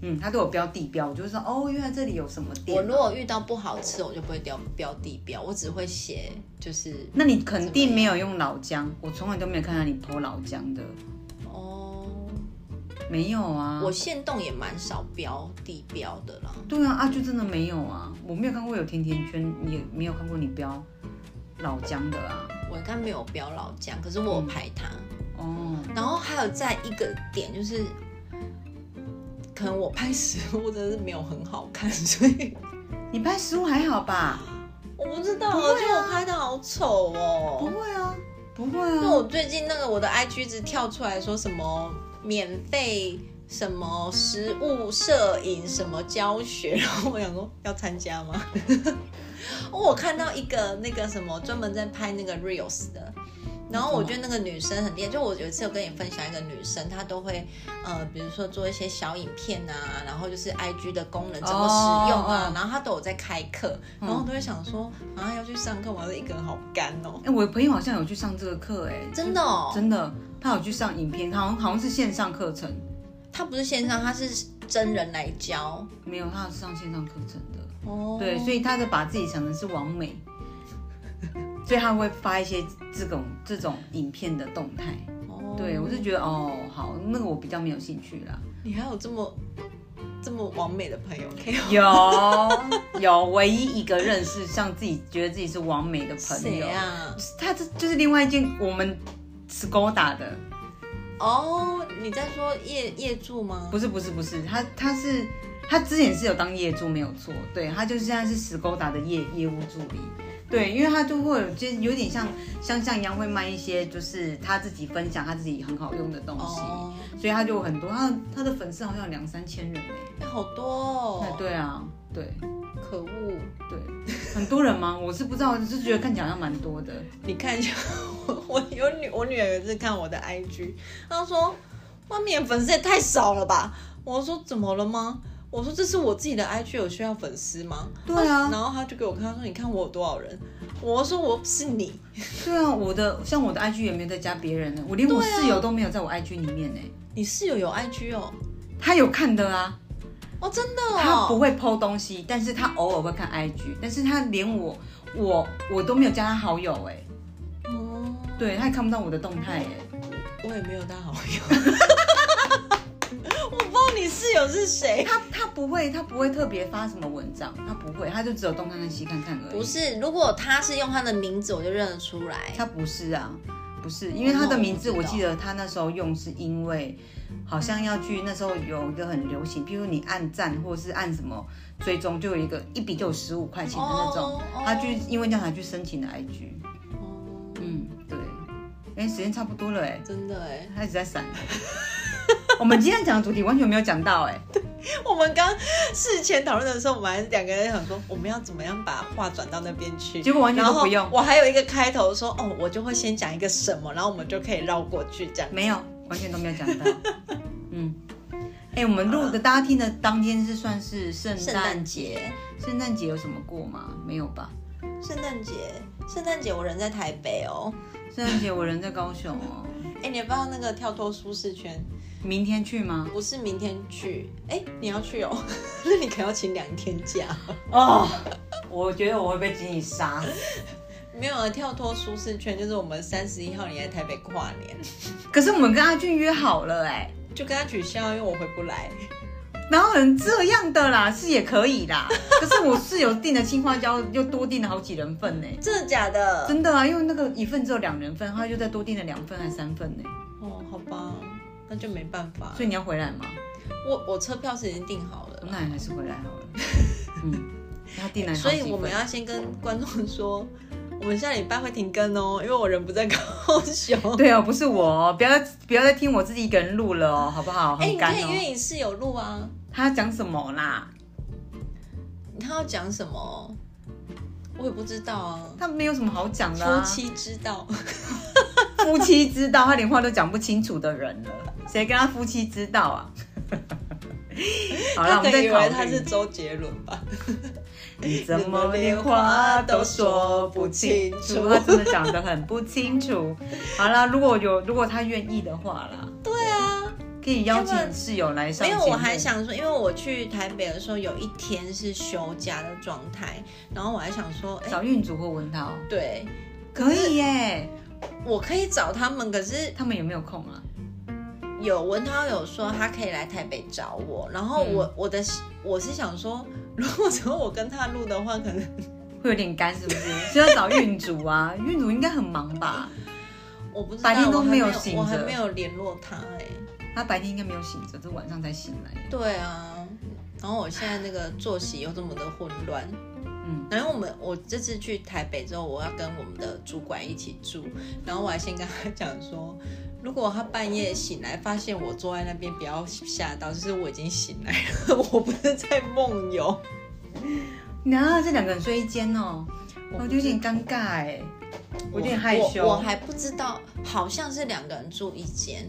Speaker 1: 嗯，她都有标地标，我就会说哦，原来这里有什么
Speaker 2: 我
Speaker 1: 店。
Speaker 2: 如果遇到不好吃，我就不会标标地标，我只会写就是
Speaker 1: 那你肯定没有用老姜，我从来都没有看到你 PO 老姜的，
Speaker 2: 哦，
Speaker 1: 没有啊。
Speaker 2: 我现动也蛮少标地标的啦。
Speaker 1: 对啊，啊就真的没有啊，我没有看过有甜甜圈，也没有看过你标老姜的啊。
Speaker 2: 我应该没有标老姜，可是
Speaker 1: 嗯
Speaker 2: 我有拍它。
Speaker 1: 哦，
Speaker 2: 然后还有在一个点就是，可能我拍食物真的是没有很好看，所以
Speaker 1: 你拍食物还好吧？
Speaker 2: 我不知道，啊、
Speaker 1: 不
Speaker 2: 我
Speaker 1: 会啊
Speaker 2: 觉得我拍的好丑
Speaker 1: 不
Speaker 2: 哦。
Speaker 1: 会啊，不会
Speaker 2: 那我
Speaker 1: 啊。
Speaker 2: 最近那个我的 IG 只跳出来说什么免费什么食物摄影什么教学，然后我想说要参加吗？哦我看到一个那个什么专门在拍那个 reels 的，然后我觉得那个女生很厉害，就我有一次有跟你分享一个女生，她都会呃，比如说做一些小影片啊，然后就是 I G 的功能怎么使用
Speaker 1: 哦
Speaker 2: 啊
Speaker 1: 哦嗯
Speaker 2: 然后她都有在开课，然后我都会想说、啊要去上课，我这一个人好干哦，
Speaker 1: 哎、我朋友好像有去上这个课、哎，
Speaker 2: 真的哦，
Speaker 1: 真的，他有去上影片，好像好像是线上课程，
Speaker 2: 她不是线上，她是真人来教
Speaker 1: 没有，他有上线上课程的。
Speaker 2: 哦，
Speaker 1: 对，所
Speaker 2: 以
Speaker 1: 以他的把自己想的是完美，所以他会发一些这种这种影片的动态。对我是觉得哦，好，那个我比较没有兴趣啦。
Speaker 2: 你还有这么这么完美的朋友，可以
Speaker 1: 有有，唯一一个认识像自己觉得自己是完美的朋
Speaker 2: 谁
Speaker 1: 友，
Speaker 2: 啊？
Speaker 1: 他这就是另外一件我们 Skoda 的，
Speaker 2: 哦，你在说业业主吗？
Speaker 1: 不是不是不是，他他是他之前是有当业助没有错，对他就是现在是石沟达的业业务助理。对，因为他就会有，就是有点像像像一样会卖一些，就是他自己分享他自己很好用的东西，
Speaker 2: 哦，
Speaker 1: 所以他就有很多，他他的粉丝好像有两三千人哎、
Speaker 2: 哎好多哦，
Speaker 1: 哎，对啊，对
Speaker 2: 可恶！
Speaker 1: 对， 很多人吗？我是不知道，就是觉得看起来好像蛮多的。
Speaker 2: 你看一下， 我我有女我女儿有一次看我的 IG，她说外面粉丝也太少了吧？我说怎么了吗？我说这是我自己的 IG 有需要粉丝吗？
Speaker 1: 对啊
Speaker 2: 然，后她就给我看，她说你看我有多少人？我说我是你，
Speaker 1: 对啊，我的像我的 IG 也没有在加别人呢，我连我室友都没有在我 IG 里面呢、
Speaker 2: 你室友有 IG 哦？
Speaker 1: 他有看的啊，
Speaker 2: 哦，真的
Speaker 1: 他不
Speaker 2: 哦，
Speaker 1: 会剖东西，但是他偶尔会看 IG，但是他连我我我都没有加他好友哎、
Speaker 2: 嗯，
Speaker 1: 对他也看不到我的动态哎、
Speaker 2: 我也没有他好友。 我不知道你室友是谁。
Speaker 1: 他他不会他不会特别发什么文章，他不会，他就只有东看看西看看而已。
Speaker 2: 不，是，如果他是用他的名字，我就认得出来。
Speaker 1: 他不是啊，不是，因为他的名字
Speaker 2: 哦我
Speaker 1: 我
Speaker 2: 知道
Speaker 1: 记得他那时候用是因为好像要去那时候有一个很流行，譬如你按赞或是按什么追踪，就有一个一笔就有十五块钱的那种
Speaker 2: 哦哦，
Speaker 1: 他去因为这样才去申请的 IG。
Speaker 2: 哦
Speaker 1: 嗯，对。哎，时间差不多了哎。
Speaker 2: 真的哎，
Speaker 1: 他一直在闪。 我们今天讲的主题完全没有讲到哎、
Speaker 2: 我们刚事前讨论的时候，我们还两个人想说，我们要怎么样把话转到那边去，
Speaker 1: 结果完全都不用
Speaker 2: 然后我还有一个开头说，哦，我就会先讲一个什么，然后我们就可以绕过去这样。
Speaker 1: 没有，完全都没有讲到。嗯，哎、我们录的大家听的当天是算是圣
Speaker 2: 啊圣
Speaker 1: 诞
Speaker 2: 诞
Speaker 1: 节，
Speaker 2: 节，
Speaker 1: 圣诞节有什么过吗？没有吧？
Speaker 2: 圣诞节，圣诞节，我人在台北哦。
Speaker 1: 圣诞节我人在高雄哦，
Speaker 2: 哎，你要不要那个跳脱舒适圈？
Speaker 1: 明天去吗？
Speaker 2: 不是明天去，哎，你要去哦， 那你可能要请两天假。
Speaker 1: 哦，我觉得我会被经理杀死。
Speaker 2: 没有啊，跳脱舒适圈就是我们三十一号你来台北跨年，
Speaker 1: 可是我们跟阿俊约好了哎、
Speaker 2: 就跟他取消，因为我回不来。
Speaker 1: 然后很这样的啦，是也可以啦。可是我室友订的青花椒又多订了好几人份呢、
Speaker 2: 真的假的？
Speaker 1: 真的啊，因为那个一份只有两人份，他就再多订了两份还三份呢。
Speaker 2: 哦，好吧，那就没办法。
Speaker 1: 所以你要回来吗？
Speaker 2: 我我车票是已经订好了啦，
Speaker 1: 那你还是回来好了。嗯，他订了好几
Speaker 2: 所
Speaker 1: 份，
Speaker 2: 以我们要先跟观众说，我们下礼拜会停更哦，因为我人不在高雄。
Speaker 1: 对哦，不是我哦，不要不要再听我自己一个人录了哦，好不好？
Speaker 2: 哎、
Speaker 1: 很
Speaker 2: 你
Speaker 1: 干
Speaker 2: 可以
Speaker 1: 哦。
Speaker 2: 约你室友录啊，
Speaker 1: 他讲什么啦？
Speaker 2: 他要讲什么，我也不知道啊。
Speaker 1: 他没有什么好讲的、
Speaker 2: 夫
Speaker 1: 啊。
Speaker 2: 妻之道，
Speaker 1: 夫妻之道，他连话都讲不清楚的人了，谁跟他夫妻之道 啊？ 好了，
Speaker 2: 他
Speaker 1: 我
Speaker 2: 可
Speaker 1: 们
Speaker 2: 能
Speaker 1: 再
Speaker 2: 以
Speaker 1: 考
Speaker 2: 为他是
Speaker 1: 虑。
Speaker 2: 周杰伦吧？
Speaker 1: 你怎么连话都说不清楚？他真的讲得很不清楚。好啦，如果有如果他愿意的话啦，
Speaker 2: 对啊，
Speaker 1: 可以邀请
Speaker 2: 要不然
Speaker 1: 室友来上
Speaker 2: 没
Speaker 1: 节
Speaker 2: 有，
Speaker 1: 目。
Speaker 2: 我还想说，因为我去台北的时候有一天是休假的状态，然后我还想说，哎、
Speaker 1: 找运竹或文涛，
Speaker 2: 对，
Speaker 1: 哦可以耶。
Speaker 2: 我可以找他们，可是
Speaker 1: 他们有没有空啊？
Speaker 2: 有文涛有说他可以来台北找我，然后我、
Speaker 1: 嗯
Speaker 2: 我的我是想说，如果只有我跟他录的话，可能
Speaker 1: 会有点干是不是？ 所以要找运竹啊，运竹应该很忙吧？
Speaker 2: 我不知道，
Speaker 1: 白天都
Speaker 2: 我还
Speaker 1: 没
Speaker 2: 没
Speaker 1: 有醒着
Speaker 2: 我还没有联络他哎、
Speaker 1: 他啊白天应该没有醒着，这晚上才醒来。
Speaker 2: 对啊，然后我现在那个作息又这么的混乱，
Speaker 1: 嗯，
Speaker 2: 然后我们我这次去台北之后，我要跟我们的主管一起住，然后我还先跟他讲说。如果他半夜醒来发现我坐在那边，不要吓到，就是我已经醒来了，我不是在梦游。
Speaker 1: 然后这两个人睡一间哦，我
Speaker 2: 我不
Speaker 1: 就有点尴尬哎。有点害羞
Speaker 2: 我我还不知道，好像是两个人住一间，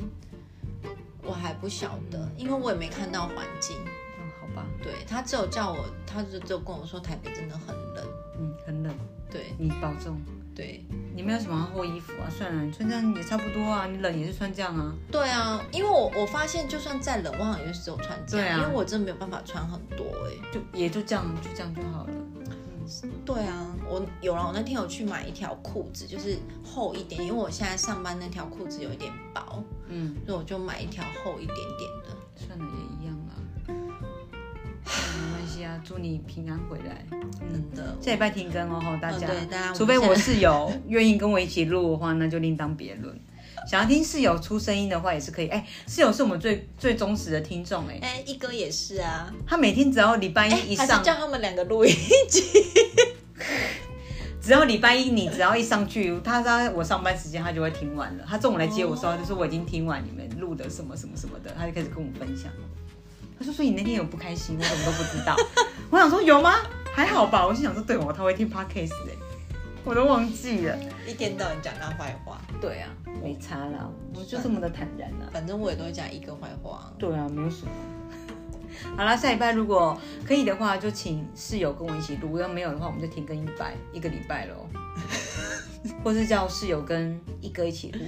Speaker 2: 我还不晓得，因为我也没看到环境。
Speaker 1: 嗯，好吧，
Speaker 2: 对他只有叫我，他就只有跟我说台北真的很冷。
Speaker 1: 嗯，很冷，
Speaker 2: 对
Speaker 1: 你保重。
Speaker 2: 对
Speaker 1: 你们要什么厚衣服啊？算了，你穿这样也差不多啊，你冷也是穿这样啊。
Speaker 2: 对啊，因为我我发现就算再冷，我好像也是只有穿这样，
Speaker 1: 对啊
Speaker 2: 因为我真的没有办法穿很多哎、
Speaker 1: 就也就这样，就这样就好了。
Speaker 2: 对啊，我有了。我那天有去买一条裤子，就是厚一点，因为我现在上班那条裤子有一点薄，
Speaker 1: 嗯，
Speaker 2: 所以我就买一条厚一点点的。
Speaker 1: 算了，也一样啦。没关系啊，祝你平安回来。嗯，
Speaker 2: 真的，
Speaker 1: 下礼拜停更哦，吼大
Speaker 2: 嗯
Speaker 1: 家。
Speaker 2: 对大家
Speaker 1: 除非
Speaker 2: 我
Speaker 1: 我
Speaker 2: 们
Speaker 1: 室友愿意跟我一起录的话，那就另当别论。想要听室友出声音的话也是可以。哎、室友是我们最最忠实的听众哎、
Speaker 2: 哎、一哥也是啊，
Speaker 1: 他每天只要礼拜一一
Speaker 2: 还
Speaker 1: 上
Speaker 2: 是，叫哎他们两个录音。
Speaker 1: 只要礼拜一你只要一上去，他在我上班时间他就会听完了。他中午来接我说，他就说我已经听完你们录的什么什么什么的，他就开始跟我分享。他说：“所以你那天有不开心，我怎么都不知道。”我想说有吗？还好吧。我心想说，对哦，他会听 podcast 哎、我都忘记了。
Speaker 2: 一天到晚讲他坏话，
Speaker 1: 对啊，没差啦，我就这么的坦然啊啦、
Speaker 2: 反正我也都会讲一哥坏话。
Speaker 1: 对啊，没有什么。 好啦，下礼拜如果可以的话，就请室友跟我一起录；要没有的话，我们就停更一百一个礼拜 喽，或是叫室友跟一哥一起录。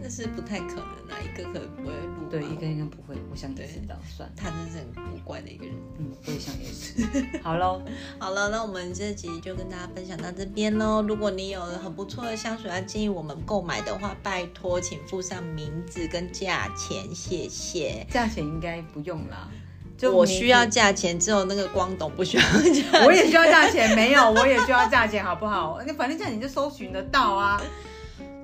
Speaker 2: 那是不太可能啊，一哥可能不会录吧。
Speaker 1: 对，一哥应该不会，我想也知道，算了，
Speaker 2: 他真是很古怪的一个人。
Speaker 1: 嗯，我也想也是。 好喽，
Speaker 2: 好了，那我们这集就跟大家分享到这边喽。如果你有很不错的香水要建议我们购买的话，拜托请附上名字跟价钱，谢谢。
Speaker 1: 价钱应该不用啦，就
Speaker 2: 我
Speaker 1: 你
Speaker 2: 需要，价钱，只有那个光董不需要价钱。
Speaker 1: 我也需要价钱，没有，我也需要价钱，好不好？那反正这样你就搜寻得到啊。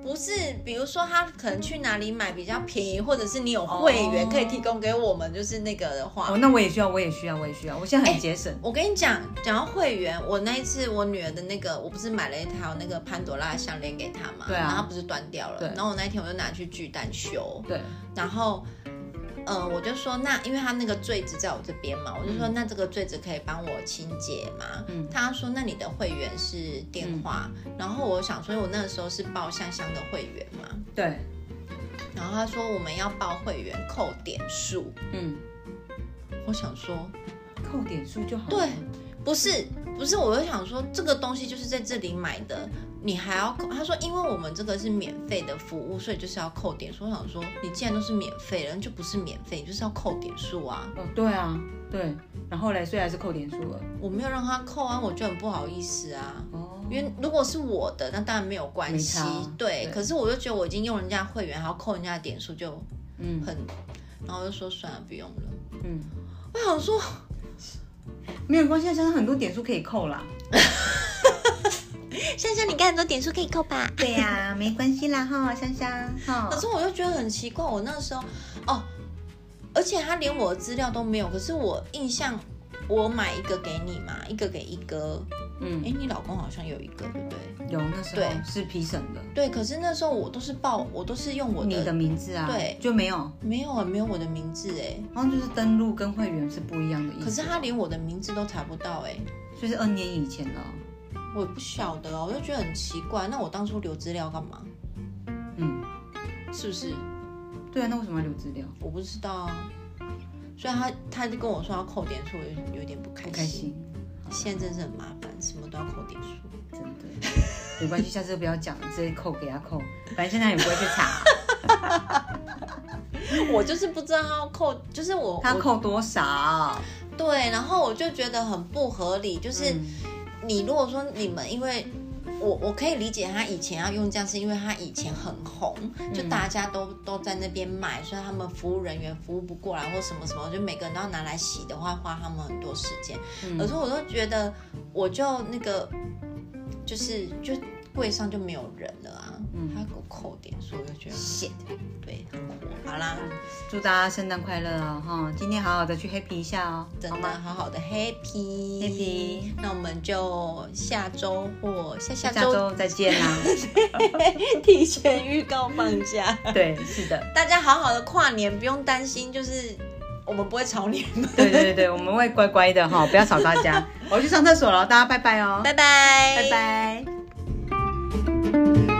Speaker 2: 不是，比如说他可能去哪里买比较便宜，或者是你有会员
Speaker 1: 哦
Speaker 2: 可以提供给我们，就是那个的话。
Speaker 1: 哦，那我也需要，我也需要，我也需要，我现
Speaker 2: 哎
Speaker 1: 在很节省。
Speaker 2: 我跟你讲，讲到会员，我那一次我女儿的那个，我不是买了一条那个潘朵拉的项链给她嘛，
Speaker 1: 对啊
Speaker 2: 然后她不是断掉了
Speaker 1: 对，
Speaker 2: 然后我那一天我就拿去巨蛋修，
Speaker 1: 对，
Speaker 2: 然后，呃，我就说那因为他那个坠子在我这边嘛，我就说、
Speaker 1: 嗯
Speaker 2: 那这个坠子可以帮我清洁吗？
Speaker 1: 嗯
Speaker 2: 他说那你的会员是电话，然后我想说，我那个时候是报香香的会员嘛，
Speaker 1: 对，
Speaker 2: 然后他说我们要报会员扣点数，
Speaker 1: 嗯。
Speaker 2: 我想说
Speaker 1: 扣点数就好了。
Speaker 2: 对不是不是，我就想说这个东西就是在这里买的，你还要扣？他说因为我们这个是免费的服务，所以就是要扣点数。我想说你既然都是免费了，那就不是免费，你就是要扣点数啊。
Speaker 1: 哦，对啊，对。然后嘞，所以还是扣点数了。
Speaker 2: 我没有让他扣啊，我就很不好意思啊。
Speaker 1: 哦，
Speaker 2: 因为如果是我的，那当然没有关系
Speaker 1: 没差。
Speaker 2: 对，
Speaker 1: 对
Speaker 2: 可是我就觉得我已经用人家会员，还要扣人家的点数，就
Speaker 1: 嗯
Speaker 2: 很，然后我就说算了，不用了。
Speaker 1: 嗯，
Speaker 2: 我想说，
Speaker 1: 没有关系，现在很多点数可以扣啦。
Speaker 2: 香香，你看很多点数可以扣吧？
Speaker 1: 对呀、没关系啦哈，香 香哈
Speaker 2: 可是我又觉得很奇怪，我那时候哦，而且他连我的资料都没有。可是我印象，我买一个给你嘛，一个给一哥。
Speaker 1: 嗯，
Speaker 2: 哎，你老公好像有一个，对不对？
Speaker 1: 有那时
Speaker 2: 对
Speaker 1: 候是皮审的，
Speaker 2: 对，可是那时候我都是报，我都是用我
Speaker 1: 你的名字啊，
Speaker 2: 对
Speaker 1: 就没有。
Speaker 2: 没有啊，没有我的名字哎。
Speaker 1: 好像就是登录跟会员是不一样的意思，
Speaker 2: 可是他连我的名字都查不到哎、
Speaker 1: 所以是 N 年以前了。哦
Speaker 2: 我也不晓得哦，我就觉得很奇怪。那我当初留资料干嘛？
Speaker 1: 嗯，
Speaker 2: 是不是？
Speaker 1: 对啊，那为什么要留资料？
Speaker 2: 我不知道啊。所以他他就跟我说要扣点数，我有有点不开
Speaker 1: 不
Speaker 2: 心。
Speaker 1: 开心，
Speaker 2: 现在真是很麻烦，什么都要扣点数。
Speaker 1: 真的。没关系，下次不要讲，直接扣给他扣，反正现在也不会去 查
Speaker 2: 我就是不知道他要扣，就是我
Speaker 1: 他
Speaker 2: 我
Speaker 1: 扣多 少。
Speaker 2: 对，然后我就觉得很不合理。就是
Speaker 1: 嗯
Speaker 2: 你如果说你们因为。我我可以理解他以前要用这样，是因为他以前很红，
Speaker 1: 嗯
Speaker 2: 就大家都、都在那边卖，所以他们服务人员服务不过来或什么什么，就每个人都要拿来洗的话，花他们很多时间。
Speaker 1: 嗯
Speaker 2: 可是我都觉得，我就那个就是就柜上就没有人了啊，他给我扣点数，我就觉得
Speaker 1: 嗯 Shit
Speaker 2: 对，很火。好啦，
Speaker 1: 祝大家圣诞快乐哦！哈，今天好好的去 happy 一下哦，
Speaker 2: 真
Speaker 1: 好
Speaker 2: 的
Speaker 1: 吗？
Speaker 2: 好好的 happy
Speaker 1: Happy
Speaker 2: 那我们就下周或下下
Speaker 1: 下
Speaker 2: 周
Speaker 1: 周再见 啦！
Speaker 2: 提前预告放假，
Speaker 1: 对，是的，
Speaker 2: 大家好好的跨年，不用担心，就是我们不会吵你 们，
Speaker 1: 对对对对，我们会乖乖的哈，不要吵大家。我去上厕所了，大家拜拜哦，
Speaker 2: 拜拜，
Speaker 1: 拜拜